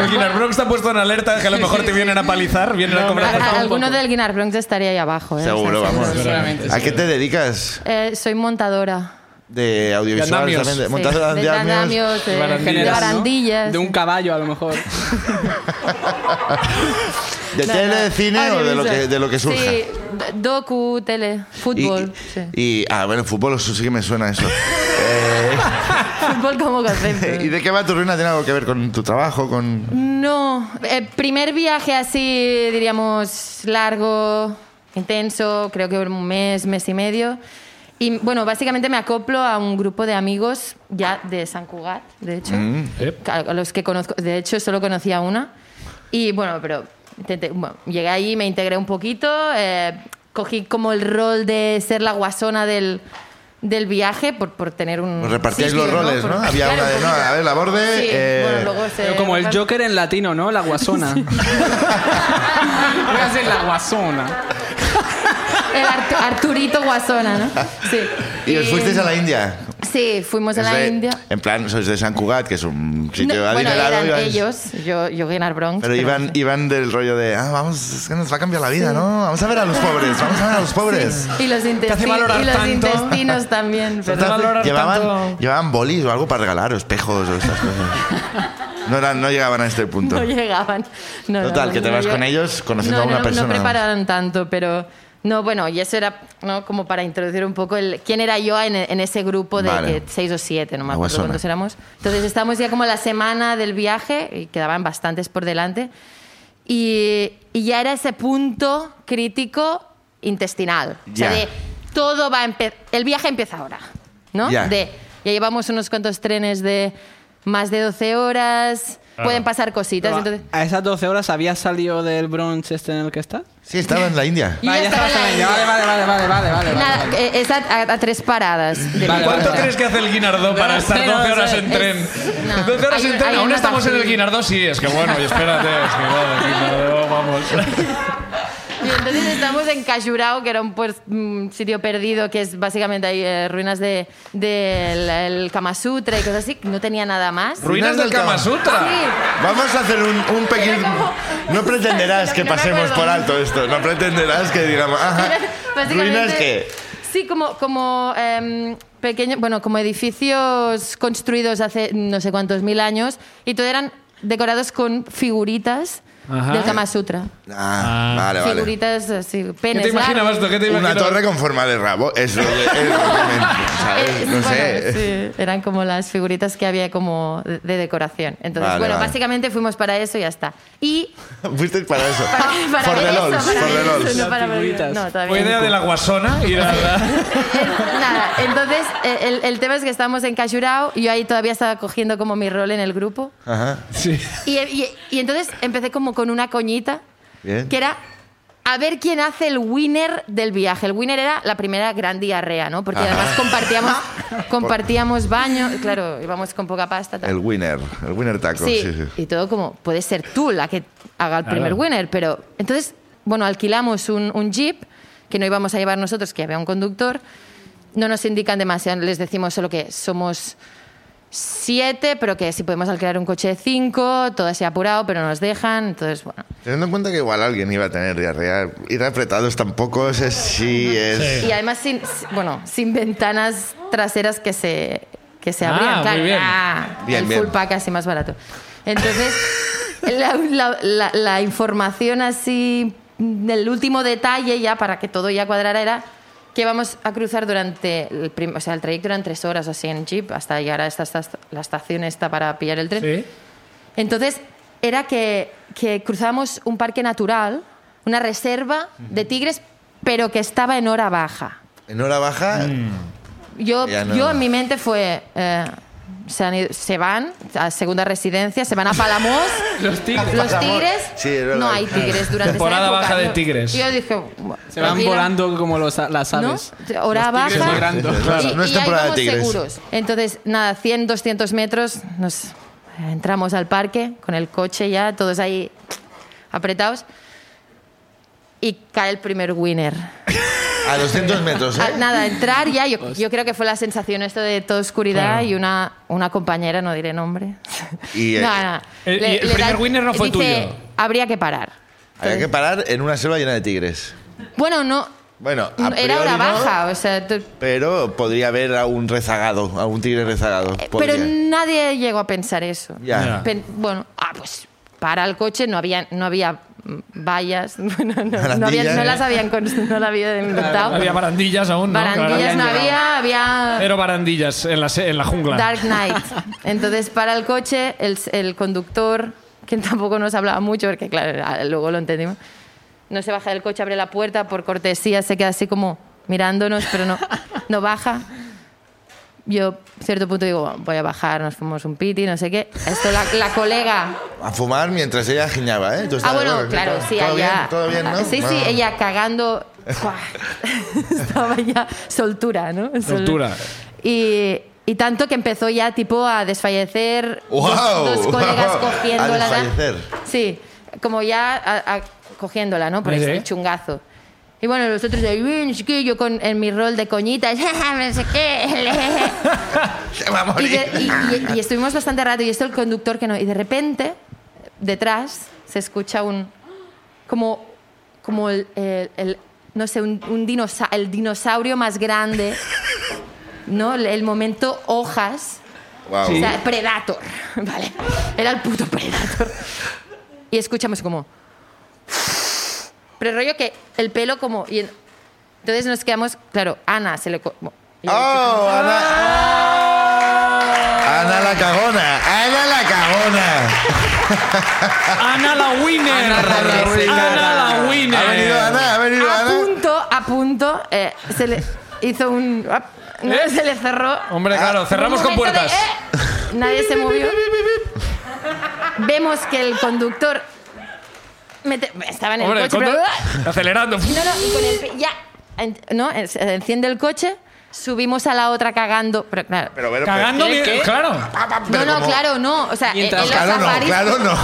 El Guinness Bronx te ha puesto en alerta de que a lo mejor te vienen a palizar, vienen a
No,
cobrar.
me
por
ha-
todo.
un
Ah, alguno
poco.
del Guinar Bronx estaría ahí abajo. ¿eh?
Seguro,
O sea,
vamos.
Seguramente,
¿A qué
seguro.
te dedicas?
Eh, soy montadora.
De audiovisual,
andamios.
también, de
Sí,
montadas
de
de andamios.
andamios, de,
En general,
de
¿no?
barandillas.
De un caballo, a lo mejor.
¿De
No,
tele,
no.
de cine o de lo que, de lo que surja?
Sí, d- docu, tele,
Y-
fútbol. sí.
Y, ah, bueno, fútbol eso sí que me suena
(laughs)
eso.
Fútbol como
(laughs)
concepto.
¿Y de qué va tu ruina? ¿Tiene algo que ver con tu trabajo? Con...
No, eh, primer viaje así, diríamos, largo, intenso, creo que un mes, mes y medio. Y bueno, básicamente me acoplo a un grupo de amigos ya de San Cugat, de hecho,
Mm.
Ep.
a a los que conozco, de hecho solo conocía una. Y bueno, pero intenté- bueno, llegué ahí, me integré un poquito, eh, cogí como el rol de ser la guasona del, del viaje por, por tener un...
Os Pues repartíais los
sitio,
roles, ¿no?
Por-
Había
claro,
una de,
un
no,
poquito.
a ver, la borde...
Sí,
eh,
bueno, luego se-
Pero como el
reparte-
Joker en latino, ¿no? La (laughs) guasona. Voy a ser la guasona.
El Artu- Arturito Guasona, ¿no? Sí.
(laughs) ¿Y os fuisteis a la India?
Sí, fuimos Eh, pues a
Es
la
de-
India.
En plan, sois de San Cugat, que es un sitio
No, bueno,
adinerado.
eran
ibais-
ellos, yo, yo Guinar Bronx.
Pero iban, iban del rollo de, ah, vamos, es que nos va a cambiar la vida, ¿no? Vamos a ver a los pobres, vamos a ver a los pobres.
Y los,
hace
intesti-
valorar
y los
tanto.
intestinos también.
hace
perdón.
valorar- valorar
llevaban,
tanto-
llevaban bolis o algo para regalar, o espejos o estas cosas.
(laughs)
No, eran- no llegaban a este punto.
No llegaban. No, no,
Total,
no,
que te
no
vas
lleg-
con ellos conociendo
No,
a una
no,
persona.
No prepararon tanto, pero... No, bueno, y eso era ¿no? como para introducir un poco el, quién era yo en, en ese grupo de
Vale.
que seis o siete, no me
La
acuerdo
guasona.
cuántos éramos. Entonces estábamos ya como la semana del viaje y quedaban bastantes por delante. Y, y ya era ese punto crítico intestinal. O sea,
Ya.
de todo va a empezar... El viaje empieza ahora, ¿no?
Ya.
De, ya llevamos unos cuantos trenes de más de 12 horas, pueden pasar cositas. entonces,
¿A esas 12 horas habías salido del Bronx este en el que estás?
Sí, estaba en la India.
Yo ya estaba en la
Vale, vale, vale, vale, vale, vale, vale.
Nada, eh, es a, a- a tres paradas. de
Vale,
mi
¿Cuánto
cuenta.
vale.
crees que hace el Guinardó para
No
estar
sé, no
12 horas
sé.
en tren?
Es- no.
12 horas
Hay-
en tren,
hay
aún
una
estamos en el
taxi.
Guinardó, sí, es que bueno, y espérate, es que bueno, el Guinardó, vamos.
Y entonces estamos en Cajurao, que era un pues, mm, sitio perdido, que es básicamente hay eh, ruinas del de, del- el Kama Sutra y cosas así. No tenía nada más.
Ruinas del Kama Sutra.
Ah, Sí.
Vamos a hacer un, un pequeño...
Era como-
No pretenderás
No,
que
no me
pasemos
acuerdo.
por alto esto. No pretenderás que digamos... Ajá,
(laughs) Básicamente-
ruinas que...
Sí, como, como em, pequeño- bueno, como edificios construidos hace no sé cuántos mil años y todo eran decorados con figuritas
Ajá.
del Kama Sutra.
Ah, vale, vale.
Figuritas así,
¿Qué
penes.
te imaginabas tú?
largos.
¿Qué te
Una
imaginabas?
torre con forma de rabo. Es lo que... es lo que
(laughs)
me-
Eh,
¿sabes? No
bueno,
sé.
sí, eran como las figuritas que había como de de decoración. Entonces,
Vale,
bueno,
vale.
básicamente fuimos para eso y ya está. Y
(laughs) Fuisteis para eso.
para,
(laughs)
para
for
ver
the
eso,
lols,
para
for
ver
the
eso,
lols.
no para ver-
Figuritas.
no,
Fue
todavía
idea de la guasona ir a la...
Nada, entonces eh, el, el tema es que estábamos en Cachurao y yo ahí todavía estaba cogiendo como mi rol en el grupo.
Ajá.
Sí.
Y, y- y entonces empecé como con una coñita
Bien.
que era a ver quién hace el winner del viaje. El winner era la primera gran diarrea, ¿no?
Ah.
Porque además compartíamos,
(laughs)
compartíamos baño, claro, íbamos con poca pasta. tal.
El winner. El winner taco.
Sí,
sí, sí.
y todo como, puede ser tú la que haga el primer
Claro.
winner, pero entonces, bueno, alquilamos un, un jeep que no íbamos a llevar nosotros, que había un conductor, no nos indican demasiado, les decimos solo que somos siete, pero que si podemos alquilar un coche de cinco, todo así apurado, pero no nos dejan, entonces, bueno.
Teniendo en cuenta que igual alguien iba a tener diarrea, ir apretados tampoco sé si es...
Y además, sin, bueno, sin ventanas traseras que se, que se
Ah,
abrían. claro,
muy bien.
ah,
Bien,
el
bien.
full pack así más barato. Entonces, (laughs) la, la- la- la información así, del último detalle ya para que todo ya cuadrara era que vamos a cruzar durante el, prim- o sea, el trayecto eran tres horas o así en jeep hasta llegar a esta, esta- la estación esta para pillar el tren.
Sí.
Entonces, era que, que cruzamos un parque natural, una reserva de tigres, pero que estaba en hora baja.
En hora baja,
Yo,
Ya no.
yo en mi mente fue... eh, se, han ido- se van a segunda residencia, se van a
(laughs)
Palamós.
Los tigres.
Los
Palamós.
tigres.
Sí, es verdad.
no hay tigres durante
Temporada
esa época.
baja de
Yo-
tigres.
Yo dije. bueno,
Se van
tranquila,
volando como los, las
¿no?
aves.
Hora
Los tigres
baja.
migrando.
Sí, sí, Claro,
y,
no es
y ahí
temporada de
vamos
tigres.
seguros. Entonces, nada, 100, eh, 200 metros, nos entramos al parque con el coche ya, todos ahí apretados. Y cae el primer winner.
A 200
(laughs)
metros, ¿eh?
Ah, nada, entrar ya, yo, yo creo que fue la sensación esto de toda oscuridad y una, una compañera, no diré nombre.
Y, eh,
No, no.
El- y el primer winner no fue
dice,
tuyo.
Habría que parar.
Había que parar en una selva llena de tigres.
Bueno, no.
Bueno, a
no, Mm, era
priori
hora
no,
baja, o sea, tú-
Pero podría haber a un rezagado, a un tigre rezagado.
Eh, pero
Podría.
nadie llegó a pensar eso.
Ya.
Ya.
Pen- bueno, ah, pues para el coche no había, no había mm, vallas, (laughs) bueno, no, no, había-
Barandillas,
no
¿eh?
las habían, cons- no la habían inventado.
Había barandillas aún, ¿no?
Barandillas no
Claro.
había, había
Pero barandillas en la, se- en la jungla.
Dark Knight. Entonces para el coche, el, el conductor, que tampoco nos hablaba mucho, porque claro, ah, luego lo entendimos, no se baja del coche, abre la puerta, por cortesía se queda así como mirándonos, pero no, no baja. Yo, a cierto punto, digo, voy a bajar, nos fuimos un piti, no sé qué. Esto la- la colega
A fumar mientras ella giñaba, ¿eh? Tú
Ah,
estabas-
bueno, claro, sí,
¿Todo
allá.
Bien? ¿Todo bien, no?
Sí, sí,
Ah.
ella cagando. ¡Buah! (laughs) Estaba ya soltura, ¿no? Sol-
Soltura.
Y, y tanto que empezó ya tipo a desfallecer.
¡Wow!
Dos, dos colegas
¡Wow! (laughs)
cogiéndola.
A
tal.
desfallecer.
Sí, como ya a- a- cogiéndola, ¿no? Por
Sí,
este
sí.
chungazo. Y bueno, los otros de, "Uy, no sé qué", yo con, en mi rol de coñita, (laughs) no sé qué.
(laughs)
(laughs)
Se va a
Y,
morir.
de- y- y- y estuvimos bastante rato y esto el conductor que no. Y de repente, detrás, se escucha un. como. como el. el- el- no sé, un, un dinosa- el dinosaurio más grande. ¿No? El, el momento hojas.
Guau.
O sea, Predator. (laughs) Vale. Era el puto Predator. Y escuchamos como. Pero el rollo que el pelo como. y en- entonces nos quedamos. Claro, Ana se le. co- y-
¡Oh! Ana...
Ah.
Ana la cagona. Ana la cagona.
Ana la winner.
Ana la winner.
Ana la winner.
Ha venido Ana, ha venido
a
Ana.
Ah, punto, a punto, eh, se le hizo un... ap, no,
¿Eh?
Se le cerró.
Hombre, claro, cerramos
Un
con
momento de,
puertas.
"Eh", Nadie se movió. Vemos que el conductor... mete- estaba en el
Hombre,
coche,
¿cuánto?
pero- ¡ah!
acelerando.
No, no, y con el... pe- Ya, en- ¿no? En- se Enciende el coche, subimos a la otra cagando, pero claro...
Pero, pero,
Cagando
¿Tiene
bien,
qué?
claro.
no,
pero
no,
como-
claro, no. O sea, en,
Mientras-
en los
Claro no,
safaris...
claro no.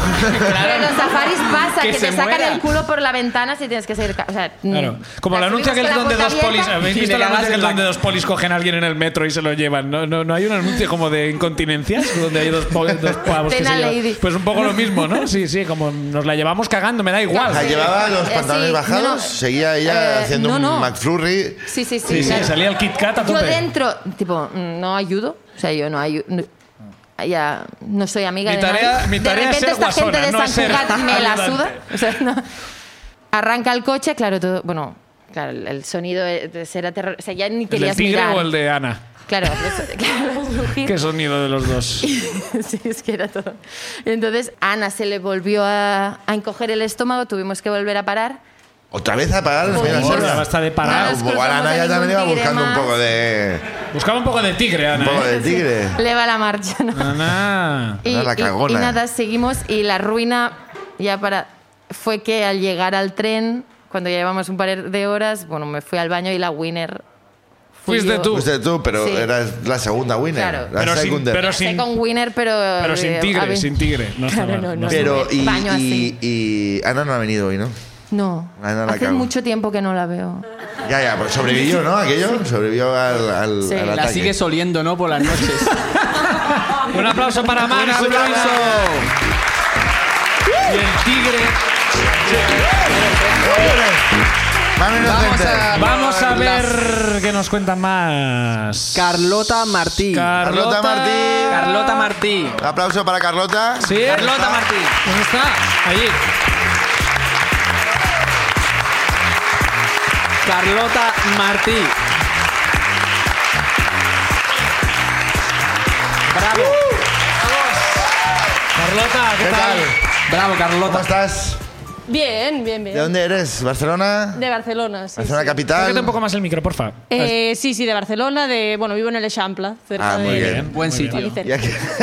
pero en los safaris pasa
Que
que,
se
te sacan
muera.
el culo por la ventana si tienes que seguir... ca- O sea,
Claro.
mm,
Como
la
la anuncia que es
subimos con la
donde dos
puerta
polis.
abierta.
¿Habéis
Y
visto
le
la
ganas
anuncia que
el
es donde
tac.
dos polis cogen a alguien en el metro y se lo llevan? No, no, no hay un anuncio como de incontinencias donde hay dos, po- dos pavos que se
Tena
llevan.
lady.
Pues un poco lo mismo, ¿no? Sí, sí, como nos la llevamos cagando, me da igual.
La
Sí.
llevaba los
Eh,
pantalones
sí,
bajados,
no, no.
seguía ella
Eh,
haciendo
no,
un
no.
McFlurry.
Sí, sí, sí.
Sí, sí,
claro.
salía el Kit Kat a
Yo
tope.
dentro, tipo, mm, no ayudo. O sea, yo no ayudo. ya no soy amiga
Mi
de nadie.
tarea- mi tarea es
de repente
ser
esta
guasona,
gente de
no es
San
ser
Cugat me la
ayudante.
suda. O sea, no. Arranca el coche, claro, todo. Bueno, claro, el, el sonido de, de ser aterror. O sea, ya
¿El
ni
de
querías
tigre
mirar.
o el de Ana?
Claro, eso- (laughs) claro, rugir.
¿Qué sonido de los dos?
(laughs) sí, es que era todo. Entonces, a Ana se le volvió a, a encoger el estómago, tuvimos que volver a parar.
Otra vez a pagar al
Joder,
final.
ya
basta de parar.
No nos
Como
cruzamos
Ana
a
ya
ningún
también iba
tigre
buscando un
más.
poco de.
Buscaba un poco de tigre,
Un
Ana.
poco
¿eh?
de tigre.
Le va la marcha,
(laughs)
¿no?
Ana.
Y,
Era la
y-
cagona.
y nada, seguimos y la ruina ya para fue que al llegar al tren, cuando ya llevamos un par de horas, bueno, me fui al baño y la winner fui
Fuiste
yo.
tú.
Fuiste tú, pero
Sí.
eras la segunda winner.
Claro.
La
Pero sin-
secunda.
pero
Estoy
sin-
con winner, pero
Pero sin
eh,
tigre,
a ver.
sin tigre. No está
Claro,
mal,
no,
no
no.
está
Pero y,
Baño así.
y- y Ana no ha venido hoy, ¿no?
No,
Ah, no, la
hace
cago.
mucho tiempo que no la veo.
Ya, ya, pues sobrevivió, ¿no? Aquello sobrevivió al, al,
Sí.
al
La
ataque.
La sigues oliendo, ¿no? Por las noches.
Un aplauso para Mar.
¡Un aplauso!
Y el tigre.
Más menos
Vamos a,
Vamos a
por las-
ver qué nos cuentan más.
Carlota Martí.
Carlota Martí.
Carlota Martí.
Aplauso para Carlota.
Sí,
Carlota Martí.
¿Dónde está? Allí.
Carlota Martí. Bravo.
Carlota, ¿qué,
¿Qué tal?
Bravo,
¿Cómo
Carlota.
estás?
Bien, bien, bien.
¿De dónde eres? ¿Barcelona?
De Barcelona, sí.
¿Barcelona
sí.
capital?
un poco más el micro, porfa.
Eh, sí, sí, de Barcelona, de. Bueno, vivo en el Eixample, cerca
Ah, muy
de.
bien.
Buen sitio.
Aquí cerca.
Ya que- (laughs)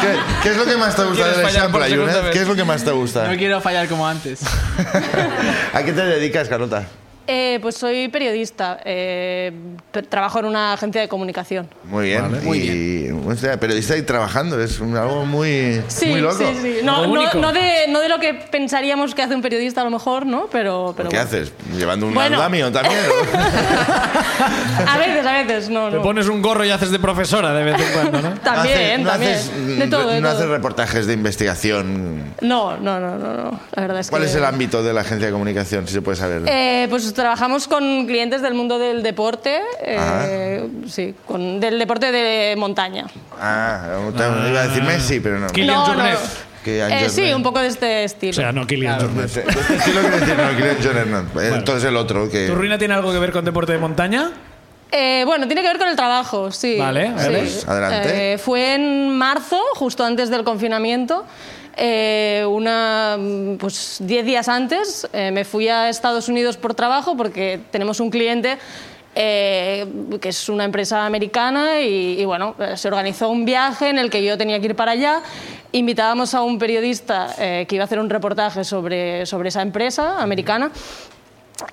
¿Qué, qué es lo que más te gusta
quieres
del
fallar por
Eixample,
segunda
Junet?
vez.
¿Qué es lo que más te gusta?
No quiero fallar como antes.
¿A qué te dedicas, Carlota?
Eh, pues soy periodista. eh, per- trabajo en una agencia de comunicación.
Muy bien.
Muy
y, o sea, periodista y trabajando, es un- algo muy,
Sí,
muy loco.
sí, sí. No,
Lo
no-
único.
no de, no de lo que pensaríamos que hace un periodista, a lo mejor, ¿no? Pero, pero
¿Qué
bueno.
haces? ¿Llevando un
Bueno.
andamio también? o?
A veces, a veces, no.
Te
no.
pones un gorro y haces de profesora de vez en cuando, ¿no?
(laughs) También,
no
también.
haces-
de todo, de
no haces
todo.
reportajes de investigación.
No, no, no, no, no. La verdad es
¿Cuál
que-
es el ámbito de la agencia de comunicación, si se puede saber?
Eh, pues trabajamos con clientes del mundo del deporte, eh, sí, con, del deporte de montaña.
ah, iba a decir Messi, pero no.
Kylian
No,
Jornet.
no.
Que Angel
Eh, sí,
Reign.
un poco de este
O
estilo.
sea, no Kylian Jornet.
Sí, lo que decir, no, Kylian Jornet no. Entonces el otro que...
¿Tu ruina tiene algo que ver con deporte de montaña?
Eh, bueno, tiene que ver con el trabajo, sí.
Vale,
Sí.
vale.
Pues, adelante.
Eh, fue en marzo, justo antes del confinamiento. eh, una, mm, pues 10 días antes eh, me fui a Estados Unidos por trabajo porque tenemos un cliente eh, que es una empresa americana y, y, bueno, eh, se organizó un viaje en el que yo tenía que ir para allá. Invitábamos a un periodista eh, que iba a hacer un reportaje sobre, sobre esa empresa americana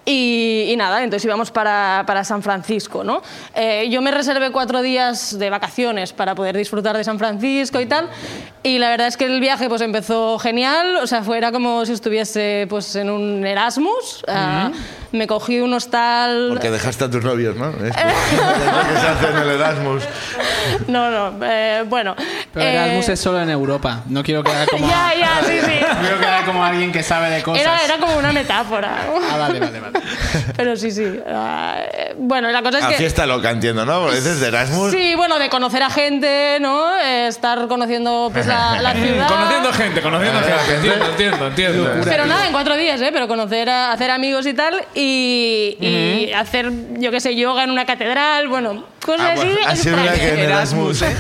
y, y nada, entonces íbamos para, para San Francisco, ¿no? Eh, yo me reservé cuatro días de vacaciones para poder disfrutar de San Francisco y tal, y la verdad es que el viaje pues empezó genial, o sea, fue, era como si estuviese pues en un Erasmus, ah, me cogí un hostal...
Porque dejaste a tus novios, ¿no? Es lo que se hace en el Erasmus.
(laughs) No, no, eh, bueno...
Pero
eh,
Erasmus es solo en Europa. No quiero quedar como.
(laughs) Ya,
(laughs)
ya, sí, sí.
Quiero quedar como alguien que sabe de cosas.
Era, era como una metáfora. (laughs)
Ah, vale, vale, vale.
Pero sí, sí. ah, eh, bueno, la cosa es
A
que...
fiesta loca, entiendo, ¿no? Porque dices de Erasmus.
Sí, bueno, de conocer a gente, ¿no? Eh, estar conociendo pues,
(laughs)
la, la ciudad.
Conociendo gente, conociendo gente. Entiendo, entiendo, entiendo.
Pero nada, en cuatro días, ¿eh? Pero conocer, a, hacer amigos y tal, y, y hacer, yo qué sé, yoga en una catedral, bueno, cosas
Ah, bueno,
así.
ha sido
extrañas.
una que en Erasmus. ¿eh?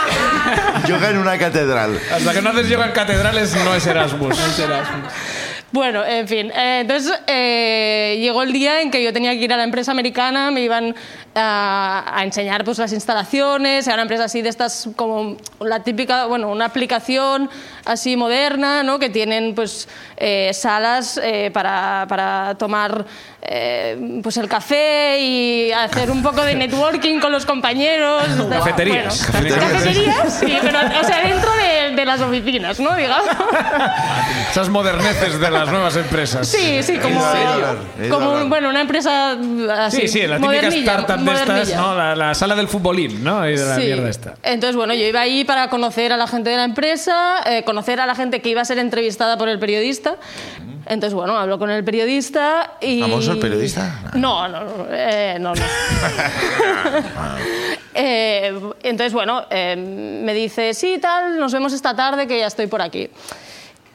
(laughs)
Yoga en una catedral.
Hasta que no haces yoga en catedrales no es
Pues
Erasmus. No es Erasmus.
Bueno, en fin. eh, entonces eh, llegó el día en que yo tenía que ir a la empresa americana, me iban a, a enseñar pues, las instalaciones, era una empresa así de estas como la típica, bueno, una aplicación así moderna, ¿no? Que tienen pues eh, salas eh, para, para tomar eh, pues el café y hacer un poco de networking con los compañeros.
Cafeterías.
Bueno, cafeterías, sí, pero o sea, dentro de, de las oficinas, ¿no? Digamos.
Esas moderneces de las nuevas empresas.
Sí, sí, como,
Sí, dólar, sí,
como
dólar.
un- bueno, una empresa mm, así.
Sí, sí, la típica
modernilla,
startup de estas,
modernilla.
¿no? La, la sala del futbolín, ¿no? Y de la
Sí.
mierda esta.
Entonces, bueno, yo iba ahí para conocer a la gente de la empresa, eh, conocer a la gente que iba a ser entrevistada por el periodista. Entonces, bueno, hablo con el periodista y...
¿Famoso el periodista?
No, no, no. eh, no, no. Eh, entonces, bueno, eh, me dice, sí, tal, nos vemos esta tarde que ya estoy por aquí.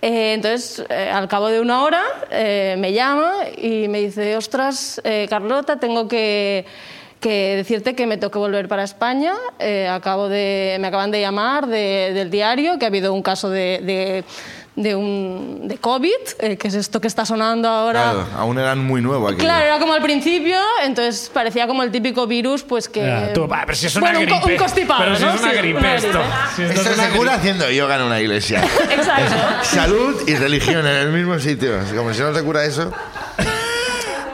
Eh, entonces, eh, al cabo de una hora, eh, me llama y me dice, ostras, eh, Carlota, tengo que, que decirte que me tengo que volver para España. Eh, acabo de, me acaban de llamar de- del diario que ha habido un caso de... de- de un, de COVID, eh, que es esto que está sonando ahora.
Claro, aún eran muy nuevos aquí.
Claro, era como al principio, entonces parecía como el típico virus, pues que.
Ya, tú, bah, pero si es una
bueno, un co-
gripe.
un constipado.
Pero si
¿no?
es una
Sí,
gripe esto. Si esto
Esto
es una
se cura haciendo yoga en una iglesia.
Exacto.
Salud y religión en el mismo sitio. Es Como si no se cura eso.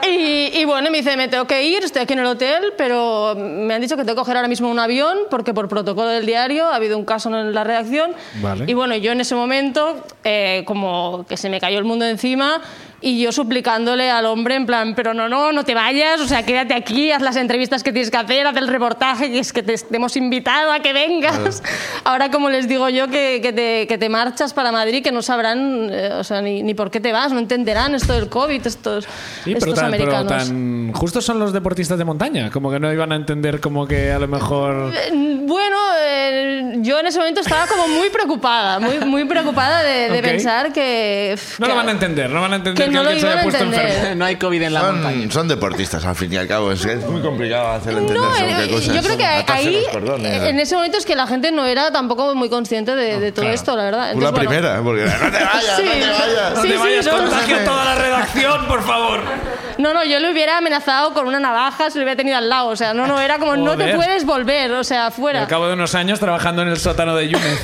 Y, y bueno, me dice, me tengo que ir, estoy aquí en el hotel, pero me han dicho que tengo que coger ahora mismo un avión porque por protocolo del diario ha habido un caso en la redacción.
Vale.
Y bueno, yo en ese momento, eh, como que se me cayó el mundo encima y yo suplicándole al hombre en plan, pero no, no, no te vayas, o sea, quédate aquí, haz las entrevistas que tienes que hacer, haz el reportaje, que es que te, te hemos invitado a que vengas. (laughs) Ahora, como les digo yo, que, que te, que te marchas para Madrid, que no sabrán, eh, o sea, ni, ni por qué te vas, no entenderán esto del COVID, estos...
Sí, pero
Estos
tan, pero
americanos.
tan justos son los deportistas de montaña, como que no iban a entender como que a lo mejor...
Bueno, eh, yo en ese momento estaba como muy preocupada, muy, muy preocupada de, de
Ok.
pensar que... pf,
No
que-
lo van a entender, no van a entender
que
que,
no lo
alguien se
iban
haya
a
puesto
entender.
enfermo.
No hay COVID en la montaña.
Son, son deportistas, al fin y al cabo. Es, que es muy complicado hacer entender
No,
según
eh,
qué cosas.
yo creo que
Atarse
ahí,
los cordones.
eh, en ese momento es que la gente no era tampoco muy consciente de, de todo
claro.
esto, la verdad.
Tú la
Entonces, bueno,
primera, porque no te vayas,
Sí.
no te vayas.
No Sí, te sí, vayas, no. contagio
a toda
la redacción, por favor.
No, no, yo le hubiera amenazado con una navaja si lo hubiera tenido al lado. O sea, no, no, era como, no te
Joder.
puedes volver, o sea,
al
fuera.
cabo de unos años trabajando en el sótano de Yunes.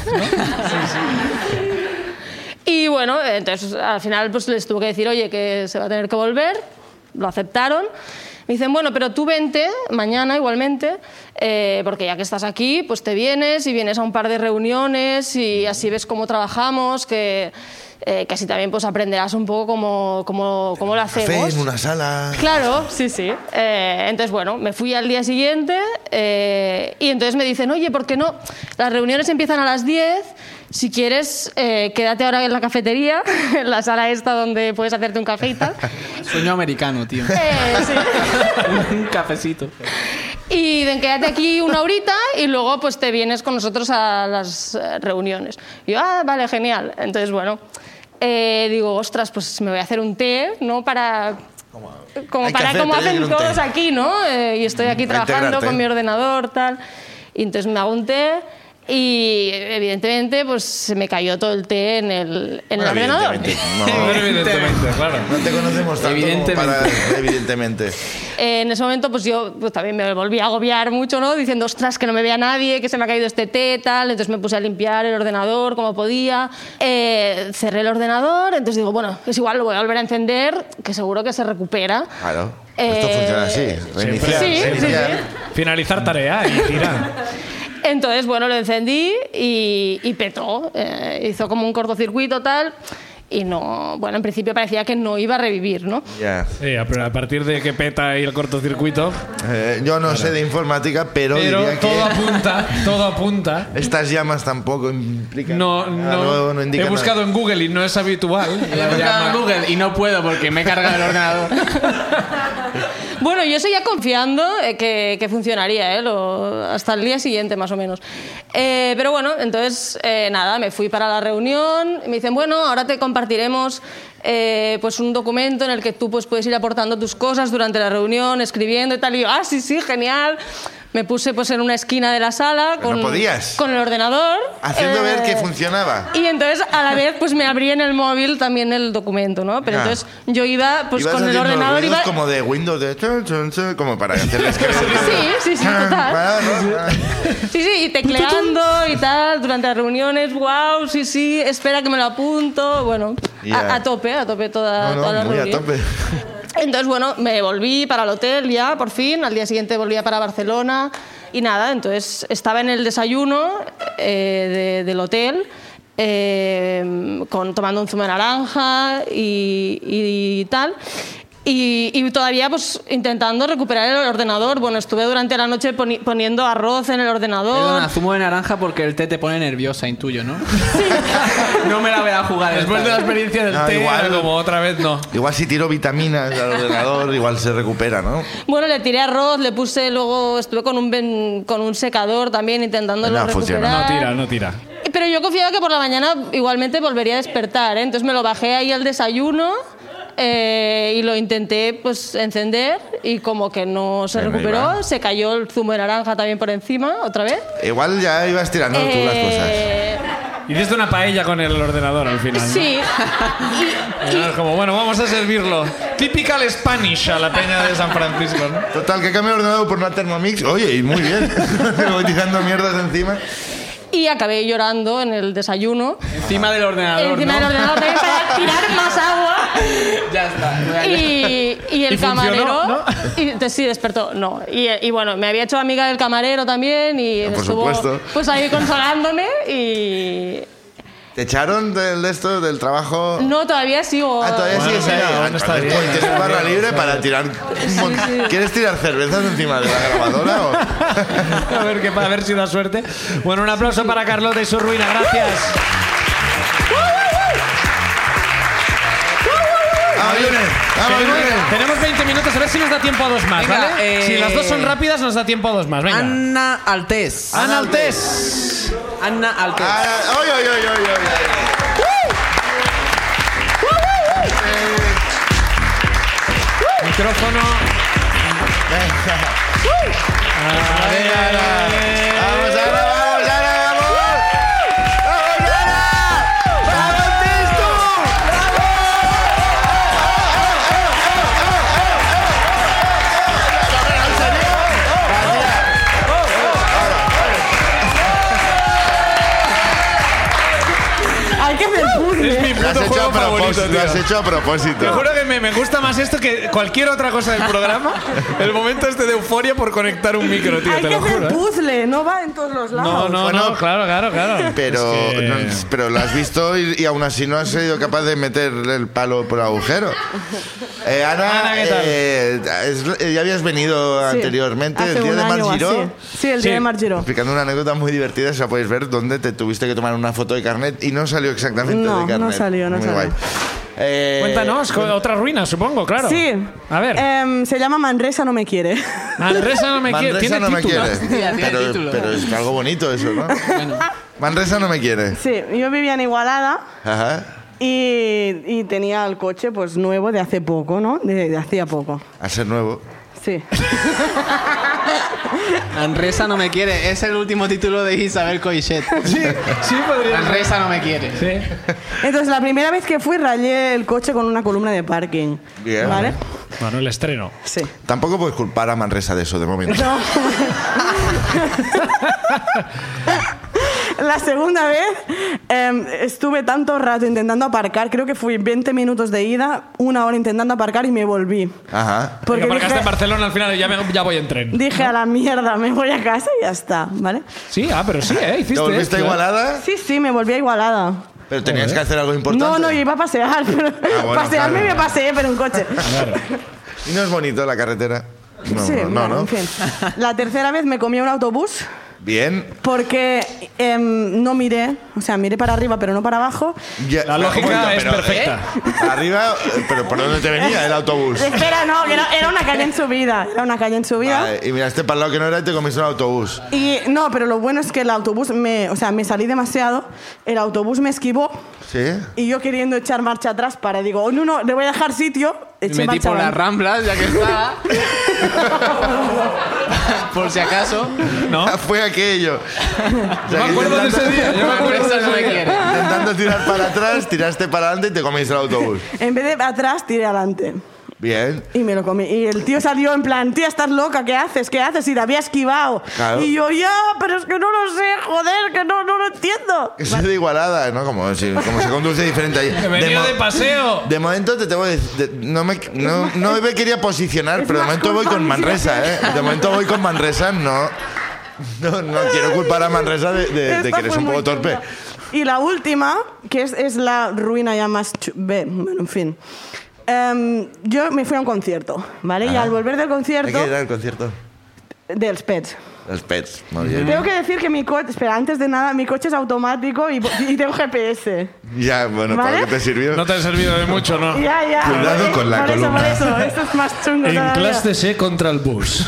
Y bueno, entonces al final pues les tuve que decir, oye, que se va a tener que volver. lo aceptaron. Me dicen, bueno, pero tú vente mañana igualmente, eh, porque ya que estás aquí, pues te vienes y vienes a un par de reuniones y así ves cómo trabajamos, que, eh, que así también pues aprenderás un poco cómo, cómo, cómo lo
Café
hacemos.
en una sala.
Claro, sí, sí. Eh, entonces, bueno, me fui al día siguiente eh, y entonces me dicen, oye, ¿por qué no? Las reuniones empiezan a las 10. Si quieres, eh, quédate ahora en la cafetería, (laughs) en la sala esta donde puedes hacerte un café y (laughs) tal.
Sueño americano,
(laughs)
tío.
Eh, sí.
Un cafecito.
Y dicen, quédate aquí una horita y luego pues te vienes con nosotros a las eh, reuniones. Y yo, ah, vale, genial. Entonces, bueno, eh, digo, ostras, pues me voy a hacer un té, ¿no? Para... Como
Hay
para
café,
como
pero yo
hacen
quiero un
todos
té.
aquí, ¿no? Eh, y estoy aquí
Para
trabajando
integrarte.
con mi ordenador, tal. Y entonces me hago un té y evidentemente pues se me cayó todo el té en el, en el
Bueno,
ordenador.
evidentemente,
Evidentemente, claro.
No, no te conocemos tanto
Evidentemente.
como para... Evidentemente.
Eh, en ese momento, pues yo pues, también me volví a agobiar mucho, ¿no? Diciendo, ostras, que no me vea nadie, que se me ha caído este té, tal. Entonces me puse a limpiar el ordenador como podía. Eh, cerré el ordenador, entonces digo, bueno, es igual, lo voy a volver a encender, que seguro que se recupera.
Claro. Esto
Eh,
funciona así. Reiniciar,
Sí, sí,
reiniciar.
sí.
Finalizar tarea y tirar.
Entonces, bueno, lo encendí y, y petó. Eh, hizo como un cortocircuito, tal. Y no, bueno, en principio parecía que no iba a revivir, ¿no?
Ya.
Sí, Eh, a- pero a partir de que peta y el cortocircuito.
Eh, yo no sé de informática, pero,
Pero
diría
todo
que
apunta, todo apunta.
estas llamas tampoco implican
No,
nada
no.
nuevo, no
he
indican
buscado
nada.
en Google y no es
(laughs)
habitual.
Le he buscado en Google y no puedo porque me he cargado el ordenador.
Bueno, yo seguía confiando eh, que, que funcionaría, ¿eh? Lo- hasta el día siguiente más o menos. Eh, pero bueno, entonces eh, nada, me fui para la reunión, y me dicen, bueno, ahora te compartiremos eh, pues un documento en el que tú pues, puedes ir aportando tus cosas durante la reunión, escribiendo y tal. Y yo, ah, sí, sí, genial. Me puse pues en una esquina de la sala
Pero
con,
no podías.
con el ordenador.
Haciendo ver
eh,
que funcionaba.
y entonces a la vez pues me abría en el móvil también el documento, ¿no? Pero
Ya.
entonces yo iba pues
Ibas
con el
haciendo
ordenador
ruidos
iba
como de Windows, de chun, chun, chun, como para
(laughs)
hacerles que...
Sí,
(laughs)
sí, sí, total.
Ah, ¿no? Ah.
Sí, sí, y tecleando y tal durante las reuniones. Wow, sí, sí, espera que me lo apunto. Bueno, a-
Ya.
a, tope, a tope toda,
No, no,
toda la
muy a
reunión.
tope.
Entonces, bueno, me volví para el hotel ya, por fin. Al día siguiente volvía para Barcelona y nada. Entonces, estaba en el desayuno eh, de- del hotel. eh, con, tomando un zumo de naranja y, y tal. Y, y todavía pues intentando recuperar el ordenador. Bueno, estuve durante la noche poni- poniendo arroz en el ordenador.
Perdona, zumo de naranja porque el té te pone nerviosa, intuyo, ¿no? (laughs) no me la voy a jugar.
Después de la
esta vez.
experiencia del
No,
té,
igual.
era como otra vez no.
Igual si tiro vitaminas al ordenador, igual se recupera, ¿no?
Bueno, le tiré arroz, le puse luego, estuve con un, ven- con un secador también intentando
No, funciona.
recuperar.
No tira, no tira.
Pero yo confiaba que por la mañana igualmente volvería a despertar, ¿eh? entonces me lo bajé ahí al desayuno eh, y lo intenté pues encender y como que no se
Que no
recuperó,
iba.
se cayó el zumo de naranja también por encima otra vez.
Igual ya ibas tirando tú las cosas.
Eh,
Hiciste una paella con el ordenador al final. ¿no?
(laughs)
Sí.
Y nada, es como, bueno, vamos a servirlo. Typical Spanish a la peña de San Francisco, ¿no? (laughs)
Total, que cambio el ordenador por una Thermomix. Oye, y muy bien. (laughs) Me voy tirando mierdas encima.
Y acabé llorando en el desayuno.
Encima del ordenador.
Encima del
¿no?
ordenador también para tirar más
(laughs)
agua.
(laughs) Ya está. voy a-
Y, y el
¿Y funcionó,
camarero.
no?
Y, te- sí, despertó. No. Y, y bueno, me había hecho amiga del camarero también y
Ah, por
estuvo
supuesto.
pues ahí consolándome y.
¿Te echaron del, de esto, del trabajo?
No, todavía sigo.
Oh. Ah, todavía
Bueno,
sigues ahí.
mira,
Ah,
bueno, está
entonces,
bien.
pues, Tienes barra libre para tirar. un mon- ¿Quieres tirar cervezas encima de la grabadora?
(laughs)
o?
Ah, A ver, qué, a ver si da suerte. Bueno, un aplauso para Carlota y su ruina, gracias.
¡Vamos, Julen! Ah, ¡Vamos, Julen!
Tenemos 20 minutos, a ver si nos da tiempo a dos más,
Venga,
¿vale?
eh,
Si las dos son rápidas, nos da tiempo a dos más, venga.
Ana Altés.
Ana Altés.
Ana Altés.
Ah, ¡Oy, oy, oy, oy, oy!
Eh. Micrófono.
A ver, Ana. ¡Vamos, Ana! ¡Vamos, Ana! ¡Vamos! ¡Vamos, Ana! ¡Vamos, Testo!
¡Ay, qué me
Es mi puzzle.
has
puto
hecho
juego
a
favorito,
propósito. Lo has
tío.
hecho a
Te
propósito.
juro que me, me gusta más esto que cualquier otra cosa del programa. El momento este de euforia por conectar un micro, tío,
Hay
te
que
lo
hacer
juro. ¿eh?
puzzle, no va en todos los lados.
No, no,
Bueno,
no, claro, claro, claro.
Pero,
Es que-
no, pero lo has visto y, y aún así no has sido capaz de meter el palo por agujero. Eh, Ana,
Ana, ¿qué tal?
eh, es- eh, ya habías venido
Sí,
anteriormente,
hace
el día
un
de
año o
Margiro.
así. Sí, el día
Sí.
de Margiro.
Explicando una anécdota muy divertida, ya podéis ver dónde te tuviste que tomar una foto de carnet y no salió exactamente
No,
de carnet.
no salió, no
Muy
salió.
guay. Eh,
Cuéntanos, co- otra ruina, supongo, claro.
Sí.
A ver,
Em, se llama Manresa no me
(laughs)
quiere.
Manresa no me quiere.
Manresa
Tiene
no me
título.
quiere.
Hostia, tiene
pero,
título.
pero es algo bonito eso, ¿no? Manresa no me quiere.
sí, yo vivía en Igualada
Ajá.
y, y tenía el coche pues nuevo de hace poco, ¿no? De, de hacía poco.
A ser nuevo.
(laughs)
Sí.
Anresa no me quiere. Es el último título de Isabel Coixet.
(laughs) Sí, sí, podría ser.
Anresa no me quiere.
Sí.
Entonces, la primera vez que fui, rayé el coche con una columna de parking.
Bien.
¿Vale?
Bueno, el estreno.
Sí.
Tampoco puedes culpar a Manresa de eso de
(laughs)
momento.
No. La segunda vez em, estuve tanto rato intentando aparcar, creo que fui 20 minutos de ida, una hora intentando aparcar y me volví.
Ajá.
Porque
Porque
aparcaste
dije,
en Barcelona al final y ya, me- ya voy en tren.
dije a la mierda, me voy a casa y ya está, ¿vale?
Sí, ah, pero sí, ¿eh? Hiciste.
¿Te volviste
esto, ¿eh?
igualada?
Sí, sí, me volví a Igualada.
Pero tenías que hacer algo importante.
No, no, yo iba a pasear, (laughs) pero
Ah, bueno,
pasearme
claro.
me paseé, pero en coche.
Y no es bonito la carretera. No,
sí,
no,
bueno,
no.
en fin. La tercera vez me comí un autobús
Bien.
porque em, no miré, o sea, miré para arriba pero no para abajo.
Ya-
La lógica
Un momento,
es
pero,
perfecta.
¿eh? Arriba, eh, pero ¿por dónde te venía el autobús?
Espera, no, que era, era una calle en subida, era una calle en subida.
Vale, Ah, y miraste para el lado que no era y te comiste un autobús.
Y no, pero lo bueno es que el autobús me, o sea, me salí demasiado, el autobús me esquivó
¿Sí?
y yo queriendo echar marcha atrás para digo, oh, no, no, le voy a dejar sitio,
Me
eché
metí
marcha
por las
adelante.
ramblas, ya que
(laughs)
está. por si acaso.
¿No?
(laughs) Fue aquello. O
Yo
sea,
me
que
acuerdo de
intentando-
ese día. Yo me acuerdo de
Anresa no
ese
me
día.
quiere.
Intentando tirar para atrás, tiraste para adelante y te comiste el autobús.
En vez de atrás tiré adelante.
Bien.
Y me lo comí. Y el tío salió en plan, tía, estás loca, ¿qué haces? ¿Qué haces? Y la había esquivado.
Claro.
Y yo, ya, pero es que no lo sé, joder, que no, no lo entiendo.
Eso de igualada, ¿no? Como, si- como se conduce diferente ahí.
Que venía
mo-
de paseo.
de momento te tengo que decir- de- no, me, no, no me quería posicionar,
es
pero de
más
momento voy
culpa
con
mía.
Manresa, ¿eh? De momento voy con Manresa, no. No, no quiero culpar a Manresa de, de- de
Esta
que eres
fue
un poco
muy
torpe.
chunga. Y la última, que es, es la ruina ya más... chu- ve- Bueno, en fin. Em, yo me fui a un concierto, ¿vale? Y al volver del
Hay
concierto,
que ir al concierto.
del Spets.
Los pets, muy bien.
Tengo que decir que mi coche... Espera, antes de nada, mi coche es automático y, y tengo (laughs) GPS.
Ya, bueno, ¿para
¿Vale?
qué te sirvió?
No te ha servido de mucho, ¿no?
Ya, ya.
Cuidado
¿vale?
con la
Por
columna.
Eso, por eso, esto es más chungo
En
todavía.
clase C contra el bus.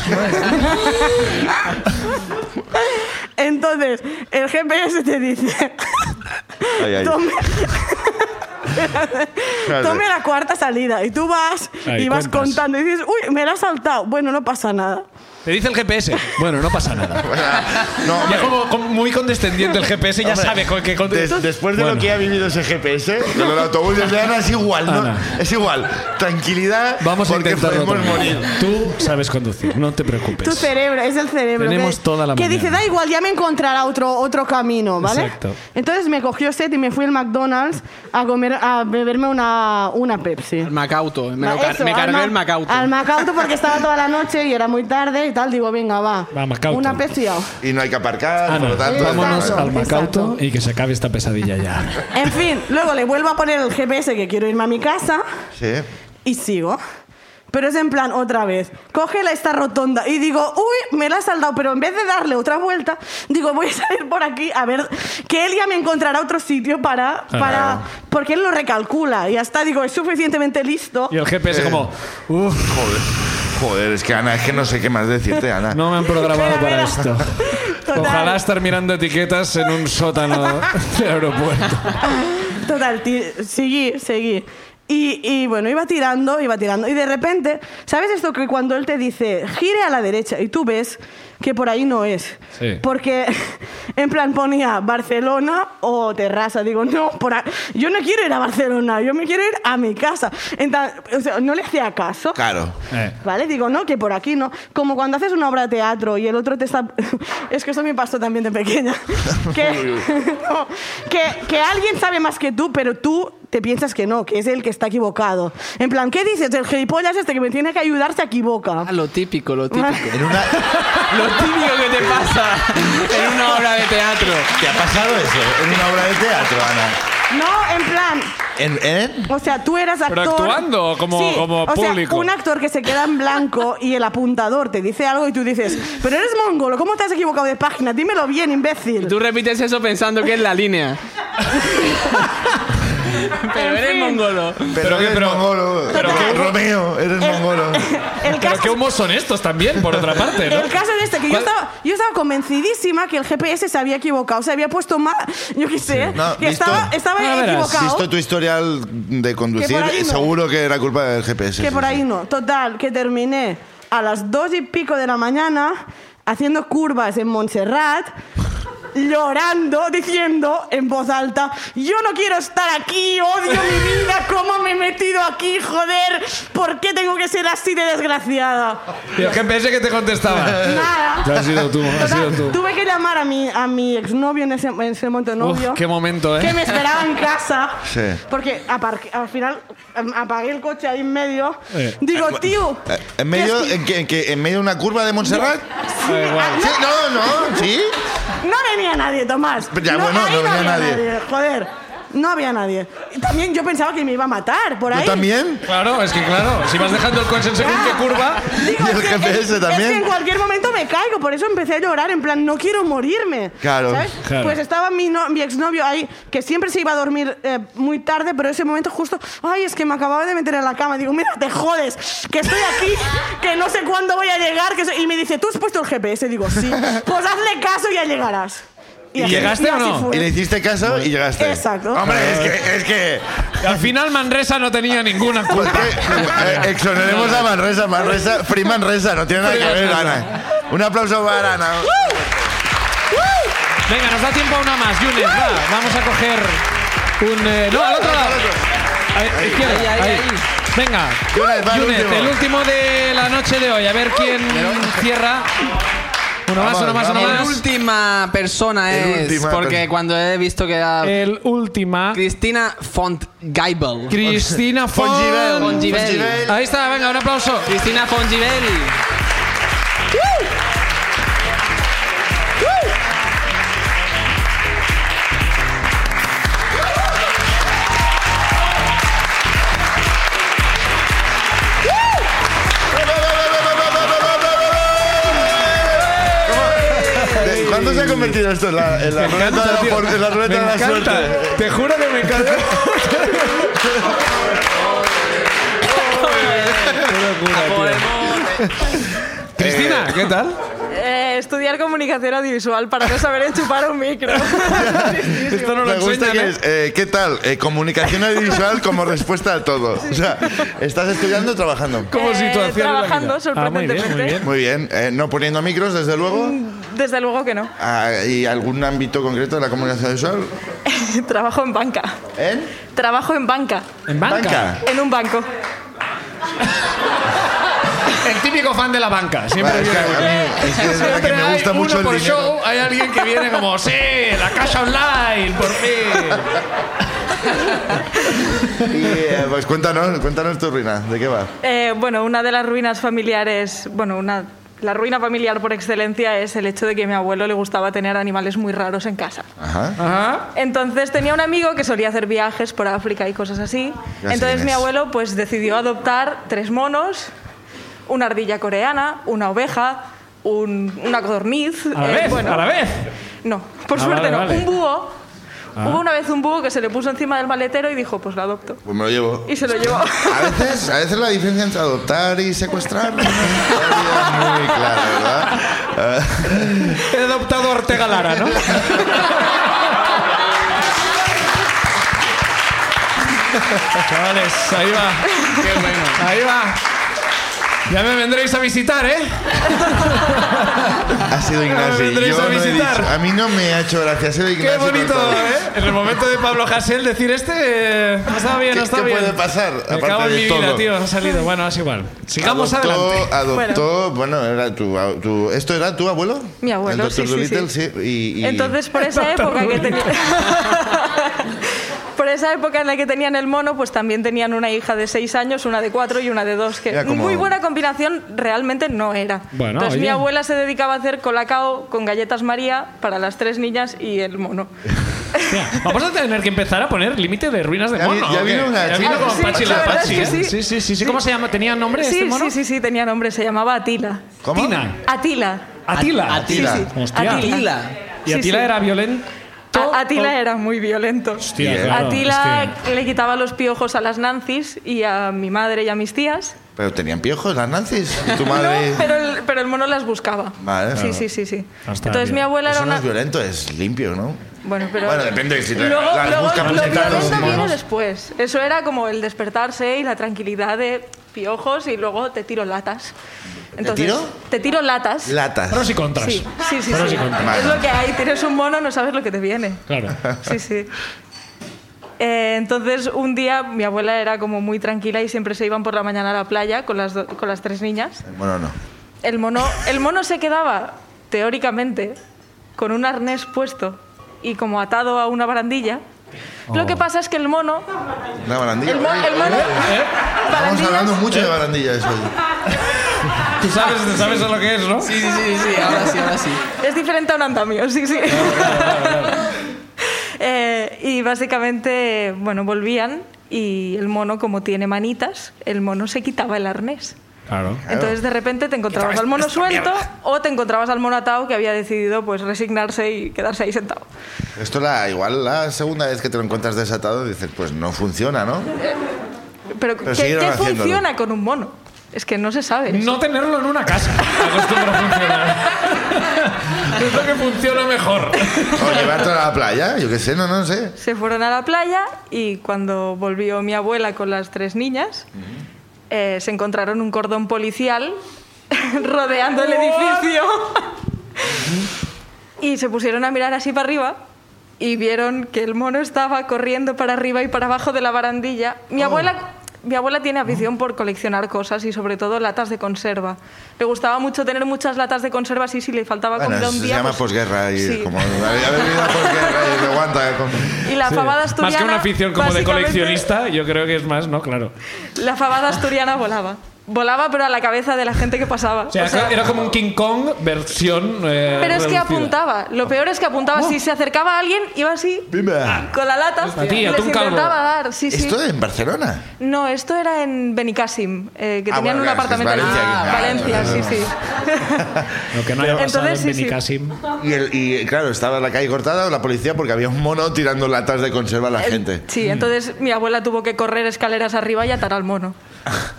Entonces, el GPS te dice,
Ay, ay.
tome,
Claro.
tome la cuarta salida. Y tú vas
Ahí,
y vas
cuentas.
contando y dices, uy, me la has saltado. Bueno, no pasa nada.
Te dice el GPS. Bueno, no pasa nada.
No,
Ya como, como muy condescendiente el GPS, ya sabe con- que... con-
Des- después de
Bueno.
lo que ha vivido ese GPS, con el autobús de Ana es igual, ¿no?
Ana.
Es igual. Tranquilidad,
Ah, Vamos a
porque
intentarlo
podemos
otra vez.
morir.
Tú sabes conducir, no te
Tu
preocupes.
cerebro, es el cerebro.
Pues Tenemos
que,
toda la
Que
mañana.
dice, da igual, ya me encontrará otro, otro camino, ¿vale?
Exacto.
Entonces me cogió set y me fui al McDonald's a, comer, a beberme una, una Pepsi.
El Macauto. Me, lo
Va,
car-
eso,
me
al
cargué
Ma-
el Macauto.
Al Macauto porque estaba toda la noche y era muy tarde y tal. Digo, venga, va.
Va, Macauto.
Una Pepsi. au.
Y no hay que aparcar,
Ana,
por lo tanto.
vámonos
Exacto,
al Macauto
exacto.
y que se acabe esta pesadilla ya.
En fin, luego le vuelvo a poner el GPS que quiero irme a mi casa.
Sí.
y sigo. Pero es en plan, otra vez, coge la- esta rotonda y digo, uy, me la ha saldado, pero en vez de darle otra vuelta, digo, voy a salir por aquí a ver que él ya me encontrará otro sitio para... para porque él lo recalcula y hasta digo, es suficientemente listo.
Y el GPS como, uff,
Joder. Joder, es que Ana, es que no sé qué más decirte, Ana.
no me han programado para
Espera,
esto.
Total,
Ojalá estar mirando etiquetas en un sótano del aeropuerto.
Total, ti- seguí, seguí. Y, y bueno, iba tirando, iba tirando. Y de repente, ¿sabes esto que cuando él te dice, gire a la derecha y tú ves que por ahí no es?
Sí.
Porque (laughs) en plan ponía Barcelona o Terraza. Digo, no, por a- yo no quiero ir a Barcelona, yo me quiero ir a mi casa. Entonces, o sea, no le hacía caso.
Claro.
Eh,
¿Vale? Digo, no, que por aquí no. Como cuando haces una obra de teatro y el otro te está... (laughs) es que eso me
(laughs)
pasó (laughs) también de pequeña. que, no, que, que alguien sabe más que tú, pero tú te piensas que no, que es el que está equivocado. En plan, ¿qué dices? El gilipollas este que me tiene que ayudar se equivoca.
Ah, lo típico, lo típico.
En una...
lo típico que te pasa en una obra de teatro.
¿Te ha pasado eso? En una obra de teatro, Ana.
(laughs) No, en plan,
¿En, en?
o sea, tú eras actor.
¿Pero actuando o como-
Sí,
como
o sea,
público?
un actor que se queda en blanco y el apuntador te dice algo y tú dices, pero eres mongolo, ¿cómo te has equivocado de página? Dímelo bien, imbécil.
Tú repites eso pensando que es la línea. Pero eres mongolo.
Pero, eres
pero-
mongolo.
pero que-
Romeo, eres
(laughs)
mongolo.
El
Pero
caso
qué humos son estos también, por otra parte, ¿no?
El caso de este, que yo estaba, yo estaba convencidísima que el GPS se había equivocado, se había puesto mal, (laughs) yo qué sé,
No,
que
visto-
estaba, estaba
Ah, verás,
equivocado.
Visto tu historial de
Que
conducir,
por ahí no.
seguro que era culpa del GPS.
que
sí,
por
sí.
ahí no. Total, que terminé a las dos y pico de la mañana haciendo curvas en Montserrat, llorando, diciendo en voz alta, yo no quiero estar aquí, odio mi vida, ¿cómo me he metido aquí, joder? ¿Por qué tengo que ser así de desgraciada?
Y el GPS que te contestaba.
Nada.
Has sido tú, has sido
Total,
tú.
tuve que llamar a mi, a mi exnovio en ese, en ese momento novio.
Uf, qué momento,
que
¿eh?
me esperaba en casa.
Sí.
Porque aparqué- al final am- apagué el coche ahí en medio.
Eh.
Digo, tío.
Eh, ¿En
¿qué
medio,
es que-
en, que- en que- en medio de una curva de Montserrat?
sí,
eh,
ah,
Sí, no, no, sí.
no, no venía nadie, Tomás.
Pero ya, bueno,
ahí
no venía nadie.
Joder, no había nadie. Y También yo pensaba que me iba a matar por ahí.
¿Tú también?
Claro, es que claro, si vas dejando el coche en según qué curva,
Ah, Digo,
Y el
es que-
GPS
es-
también.
es que en cualquier momento me caigo, por eso empecé a llorar, en plan, no quiero morirme.
Claro.
¿sabes?
Claro.
Pues estaba mi, no- mi exnovio ahí, que siempre se iba a dormir eh, muy tarde, pero ese momento justo, ay, es que me acababa de meter en la cama. Digo, mira, te jodes, que estoy aquí, que no sé cuándo voy a llegar. Que so- Y me dice, ¿tú has puesto el GPS? Digo, sí. Pues hazle caso y ya llegarás.
¿Y
así-
llegaste o
así
no?
fue.
Y le hiciste caso y llegaste.
Exacto.
Hombre, es que... Es que
al final Manresa no tenía ninguna
¿por
culpa.
qué? Pues, Eh, exoneremos a Manresa, Manresa, Free Manresa, no tiene nada que ver, Ana. Un aplauso para Ana.
Uh. Venga, nos da tiempo a una más, Yunes, va. Vamos a coger un... eh, no, al otro lado. A ver, izquierda,
Ahí, ahí,
ahí.
ahí.
Venga,
Yunes, va el
Yunes,
último.
el último de la noche de hoy. A ver quién cierra. Uno más,
Vamos,
uno más, uno
vamos.
La
más.
última persona
El
es.
última
porque
persona.
cuando he visto que era.
El última.
Cristina Font Geibel.
Cristina
Fongivel.
Fon.
Fongivel.
Ahí está, venga, un aplauso.
Cristina Fongivelli.
¿De ¿Cuándo se ha convertido esto en la, en la
Me
ruleta de la,
encanta, tío.
por- en la, ruleta de la
Me encanta.
suerte?
Te juro que me encanta. Cristina, ¿qué tal?
Eh, estudiar comunicación audiovisual para no saber enchufar un micro.
Esto no lo
Me gusta
enseñan,
que
¿eh?
es, eh, ¿qué tal? Eh, comunicación audiovisual como respuesta a todo. O sea, estás estudiando o trabajando.
Como
Eh,
situación en la
trabajando,
vida. Ah, muy bien, muy
sorprendentemente.
bien.
Muy bien, eh, no poniendo micros, desde luego.
Mm, Desde luego que no.
Ah, ¿Y algún ámbito concreto de la comunicación audiovisual?
(laughs) Trabajo en banca.
¿En?
Trabajo en banca.
En banca.
En un banco.
El típico fan de la banca. Siempre
Vale, es que a mí- (laughs) es que es verdad que me gusta
hay
mucho el
uno por
dinero.
show, hay alguien que viene como, sí, la casa online, por fin.
Y, eh, pues cuéntanos, cuéntanos tu ruina, ¿de qué va?
Eh, bueno, una de las ruinas familiares, bueno, una, la ruina familiar por excelencia es el hecho de que a mi abuelo le gustaba tener animales muy raros en casa.
Ajá.
Ajá.
Entonces tenía un amigo que solía hacer viajes por África y cosas así.
Ya sé
Entonces
quién
mi
es.
abuelo pues decidió adoptar tres monos, una ardilla coreana, una oveja, un- una codorniz.
A la
eh,
vez,
bueno,
a la vez.
No, por
Ah,
suerte
vale,
no.
vale.
Un búho.
Ah.
Hubo una vez un búho que se le puso encima del maletero y dijo, pues lo adopto.
Pues me lo llevo.
Y se lo
(laughs)
llevó.
A veces, a veces la diferencia entre adoptar y secuestrar no es muy clara, ¿verdad?
He adoptado a Ortega Lara, (laughs) ¿no? Chavales, ahí va. Qué bueno. Ahí va. Ya me vendréis a visitar, ¿eh?
Ha sido Ignacio.
vendréis
yo
a
no he
visitar.
dicho- a mí no me ha hecho gracia, ha sido
Qué
Ignacio.
bonito,
Cortado.
¿eh? En el momento de Pablo Hasél decir este, eh, ha estado bien,
¿Qué-
ha estado
qué
bien.
puede pasar,
Me
aparte
cago en
de
mi vida,
todo?
tío, ha salido. Bueno, es igual. Sigamos
adoptó,
adelante.
Adoptó, bueno, era tu, tu- ¿esto era tu abuelo?
Mi abuelo,
El Dr.
sí, sí,
Dolittle,
sí.
(laughs)
sí. y- y-
Entonces, por esa época que tenía.
(laughs) por esa época en la que tenían el mono, pues también tenían una hija de 6 años, una de 4 y una de 2, que
Era como-
muy buena combinación realmente no era.
Bueno,
Entonces mi
oye.
abuela se dedicaba a hacer colacao con galletas María para las tres niñas y el mono.
Mira, vamos a tener que empezar a poner límite de ruinas de
Ya vi-
mono.
ya
¿o
vino
qué?
una
Ya
chica.
vino como
Sí,
Pachi
la
la
verdad
Pachi,
es
¿eh?
que
sí, sí, sí, sí. ¿Cómo se llama? ¿Tenía nombre
sí,
este mono?
sí, sí, sí, tenía nombre, se llamaba Atila.
¿Cómo?
Tina.
Atila.
Atila.
Atila.
Sí, sí. Hostia.
Atila.
¿Y
Sí,
Atila
sí.
era violento?
A- Atila era muy violento.
Hostia,
Bien.
claro,
Atila
hostia.
le quitaba los piojos a las Nancis y a mi madre y a mis tías.
Pero tenían piojos las Nancy's. Y tu madre.
(laughs) No, pero el, pero el mono las buscaba.
Vale,
sí,
claro.
sí, sí, sí.
Hasta
Entonces
bien.
mi abuela
Eso
era
no
una...
es violento, es limpio, ¿no?
Bueno, pero...
Bueno, depende si te-
luego,
las
luego
buscan
lo
sentados,
violento
¿no?
viene después. Eso era como el despertarse y la tranquilidad de piojos y luego te tiro latas. Entonces,
tiro?
Te tiro latas.
Latas.
Pros y contras.
Sí, sí, sí.
Pros
sí.
y contras.
Vale.
Es lo que hay. Tienes un mono, no sabes lo que te viene.
Claro.
Sí, sí. Eh, entonces, un día mi abuela era como muy tranquila y siempre se iban por la mañana a la playa con las, do- con las tres niñas.
Bueno, no.
El mono, el mono se quedaba, teóricamente, con un arnés puesto y como atado a una barandilla. Lo que pasa es que el mono...
Una barandilla.
El, mo-
oye.
el mono...
Estamos
¿eh? barandillas- ¿Eh?
hablando mucho de barandillas hoy.
(laughs)
Tú sabes, sabes lo que es, ¿no?
Sí, sí, sí, sí, ahora sí, ahora sí.
Es diferente a un andamio, sí, sí. (laughs) Eh, y básicamente, bueno, volvían y el mono, como tiene manitas, el mono se quitaba el arnés.
Claro.
Entonces de repente te encontrabas al mono suelto o te encontrabas al mono atado que había decidido pues resignarse y quedarse ahí sentado.
Esto la, igual la segunda vez que te lo encuentras desatado dices, pues no funciona, ¿no?
Pero, ¿qué,
siguieron
qué
haciéndolo.
funciona con un mono? Es que no se sabe.
No tenerlo en una casa. Acostumbra a
(laughs)
funcionar. es lo que funciona mejor.
O llevarte a la playa, yo qué sé, no, no sé.
Se fueron a la playa y cuando volvió mi abuela con las tres niñas, eh, se encontraron un cordón policial (laughs) rodeando el edificio. y se pusieron a mirar así para arriba y vieron que el mono estaba corriendo para arriba y para abajo de la barandilla.
Oh.
Mi abuela... Mi abuela tiene afición por coleccionar cosas y sobre todo latas de conserva. Le gustaba mucho tener muchas latas de conserva así si le faltaba
Bueno,
comida
eso
un
se
día.
llama
pues-
posguerra y
Sí.
como haber vivido la posguerra y te aguanta ¿eh? con...
Y la fabada asturiana.
Más que una afición como de
básicamente,
coleccionista, yo creo que es más, ¿no? Claro.
La fabada asturiana volaba. Volaba, pero a la cabeza de la gente que pasaba.
O sea,
O sea,
era como un King Kong versión. eh,
pero es que
reducida.
apuntaba. Lo peor es que apuntaba. Si se acercaba a alguien, iba así,
Bimba.
con la lata,
A ti,
y
a
les
tú, un calvo.
intentaba dar. Sí, sí.
¿Esto en Barcelona?
No, esto era en Benicàssim, eh, que
Ah, bueno,
tenían un
claro, es que es
apartamento en
Valencia,
Ah,
que-
Valencia,
ah,
sí,
no,
sí.
Lo que no haya pasado
Entonces,
en
sí, sí.
Benicassim.
Y, el- y, claro, estaba la calle cortada la policía porque había un mono tirando latas de conserva a la gente.
Mm.
Sí, entonces mi abuela tuvo que correr escaleras arriba y atar al mono.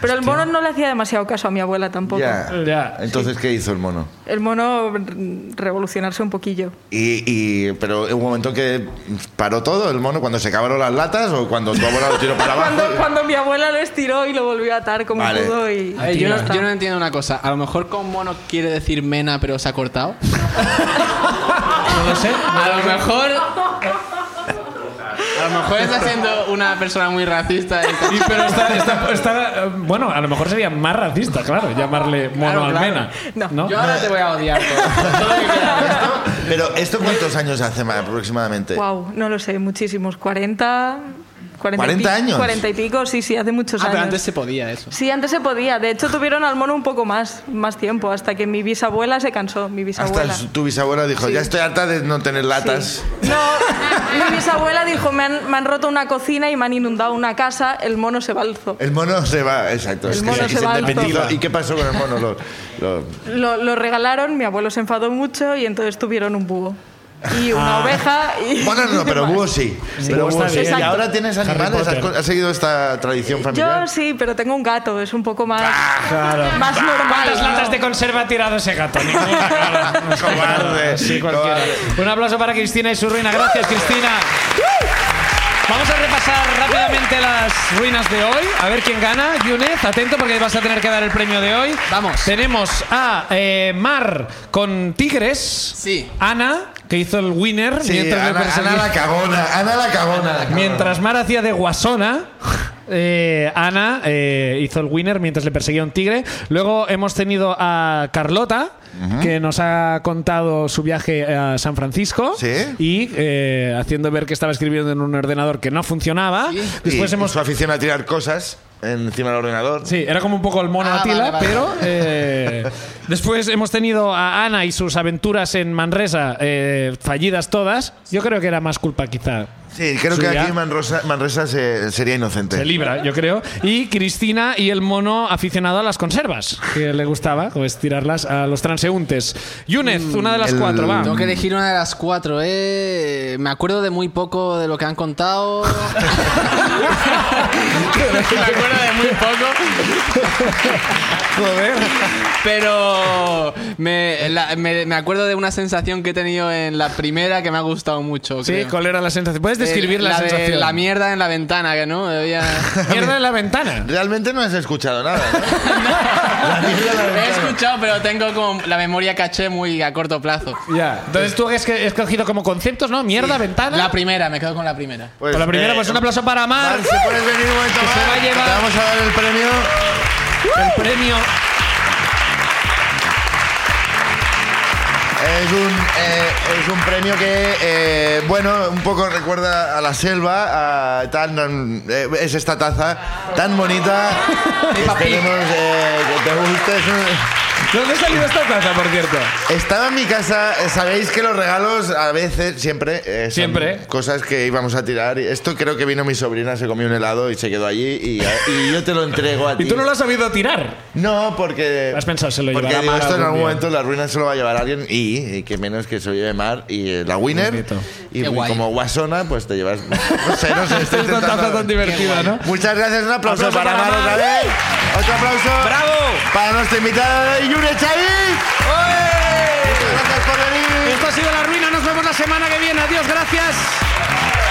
Pero el mono no le hacía demasiado caso a mi abuela tampoco.
Ya.
Ya,
Entonces, ¿qué hizo el mono?
El mono mm, revolucionarse un poquillo.
Y, y- pero hubo un momento que paró todo el mono cuando se acabaron las latas o cuando tu abuela lo tiró para abajo.
(laughs) Cuando, cuando mi abuela lo estiró y lo volvió a atar como
Vale.
pudo y...
A ver, yo,
y ya
no,
está.
yo no entiendo una cosa. A lo mejor con mono quiere decir mena, pero se ha cortado. (laughs)
no lo sé.
A lo mejor. A lo mejor está siendo una persona muy racista. y está-
Y, pero está, está- está, eh, bueno, a lo mejor sería más racista, claro, llamarle mono
Claro, claro.
almena.
No,
¿no?
Yo ahora te voy a odiar. (laughs) todo. Todo lo que quieras.
Pero ¿esto cuántos años hace más aproximadamente?
Guau, no lo sé, muchísimos. 40... 40, y
40
pico-
años.
40 y pico, sí, sí, hace muchos
Ah, pero
años.
antes se podía eso.
Sí, antes se podía. De hecho, tuvieron al mono un poco más, más tiempo, hasta que mi bisabuela se cansó, mi
Hasta
bisabuela.
su- tu bisabuela dijo, ya estoy harta de no tener latas.
No, mi bisabuela dijo, me han, me han roto una cocina y me han inundado una casa, el mono se balzó.
El mono se va, exacto.
El
es que
mono
aquí
se va al
independizó.
zoo.
¿Y qué pasó con el mono? Lo- lo-
Lo, lo regalaron, mi abuelo se enfadó mucho y entonces tuvieron un búho. Y una oveja y...
Ah. Bueno, no,
(laughs)
pero búho sí. pero
búho
búho
está
sí.
bien.
¿Y ahora tienes
Harry
animales? ¿Has,
Potter.
co- has seguido esta tradición
Yo
familiar? (laughs)
sí, pero tengo un gato, es un poco más, más
Ah. ¿Cuántas latas
normal.
de conserva ha tirado ese gato? Ninguna, claro.
(laughs) Cobarde,
Sí, cualquiera.
cobarde.
Un aplauso para Cristina y su ruina. Gracias, Cristina. Vamos a repasar rápidamente las ruinas de hoy. A ver quién gana. Yunez, atento porque vas a tener que dar el premio de hoy.
Vamos.
Tenemos a eh, Mar con Tigres.
Sí.
Ana, que hizo el winner.
Sí,
mientras le
Ana,
perseguía.
Ana la cagona, Ana la cagona.
Mientras Mar hacía de guasona, eh, Ana eh, hizo el winner mientras le perseguía un tigre. Luego hemos tenido a Carlota, que nos ha contado su viaje a San Francisco
Sí.
y eh, haciendo ver que estaba escribiendo en un ordenador que no funcionaba. Después
Y
hemos
Su afición a tirar cosas encima del ordenador.
Sí, era como un poco el mono
Ah,
Atila,
vale, vale,
pero
(laughs)
eh, después hemos tenido a Ana y sus aventuras en Manresa, eh, fallidas todas. Yo creo que era más culpa quizá.
Sí, creo que
suya.
aquí Manrosa- Manresa se- sería inocente.
Se libra, yo creo. Y Cristina y el mono aficionado a las conservas, que le gustaba, pues tirarlas a los transeúntes. Yúnez, una de las
el-
cuatro, va.
Mm, Tengo que elegir una de las cuatro, ¿eh? Me acuerdo de muy poco de lo que han contado.
(laughs) Me acuerdo de muy poco. Joder.
Pero me, la- me, me acuerdo de una sensación que he tenido en la primera que me ha gustado mucho.
Sí,
creo.
¿cuál era la sensación? ¿Puedes
De-
describir la,
Eh, la de
sensación?
la mierda en la ventana, que no.
(laughs)
Había-
mierda en la ventana.
Realmente no has escuchado nada.
(laughs)
¿no? La mierda de la
He
ventana.
escuchado, pero tengo como la memoria caché muy a corto plazo.
Ya. Entonces tú has escogido como conceptos, ¿no? Mierda, ventana.
La eh, primera, me quedo con la primera.
Pues,
Por la primera, pues un aplauso para Mar.
Mar, si puedes venir un momento
Que se
más,
va a llevar-
te vamos a dar el premio.
El premio.
Es un, eh, es un premio que, eh, bueno, un poco recuerda a la selva, a tan, mm, eh, es esta taza tan bonita. Esperemos eh, que te guste. Es un-
¿Dónde ha salido esta taza, por cierto?
Estaba en mi casa, eh, sabéis que los regalos a veces, siempre, eh, son
Siempre.
cosas que íbamos a tirar. Esto creo que vino mi sobrina, se comió un helado y se quedó allí y, y yo te lo entrego a ti.
Y tú no lo has sabido tirar.
No, porque...
Has pensado, se lo
porque
llevará
digo,
Mar
esto en
algún
algún
día.
momento la ruina se lo va a llevar alguien y, y que menos que se lo lleve Mar y eh, la winner.
Bonito.
Y
Qué guay.
como guasona, pues te llevas... (laughs) No sé, no sé,
(laughs)
estoy
Esta taza
intentando-
tan divertida, ¿no?
Muchas gracias, un aplauso,
Aplauso
para,
para
Mar
Mar.
otra vez. Otro aplauso.
¡Bravo!
Para nuestra invitada, Yune Chavi. Muchas gracias por venir.
Esto ha sido La Ruina. Nos vemos la semana que viene. Adiós, gracias.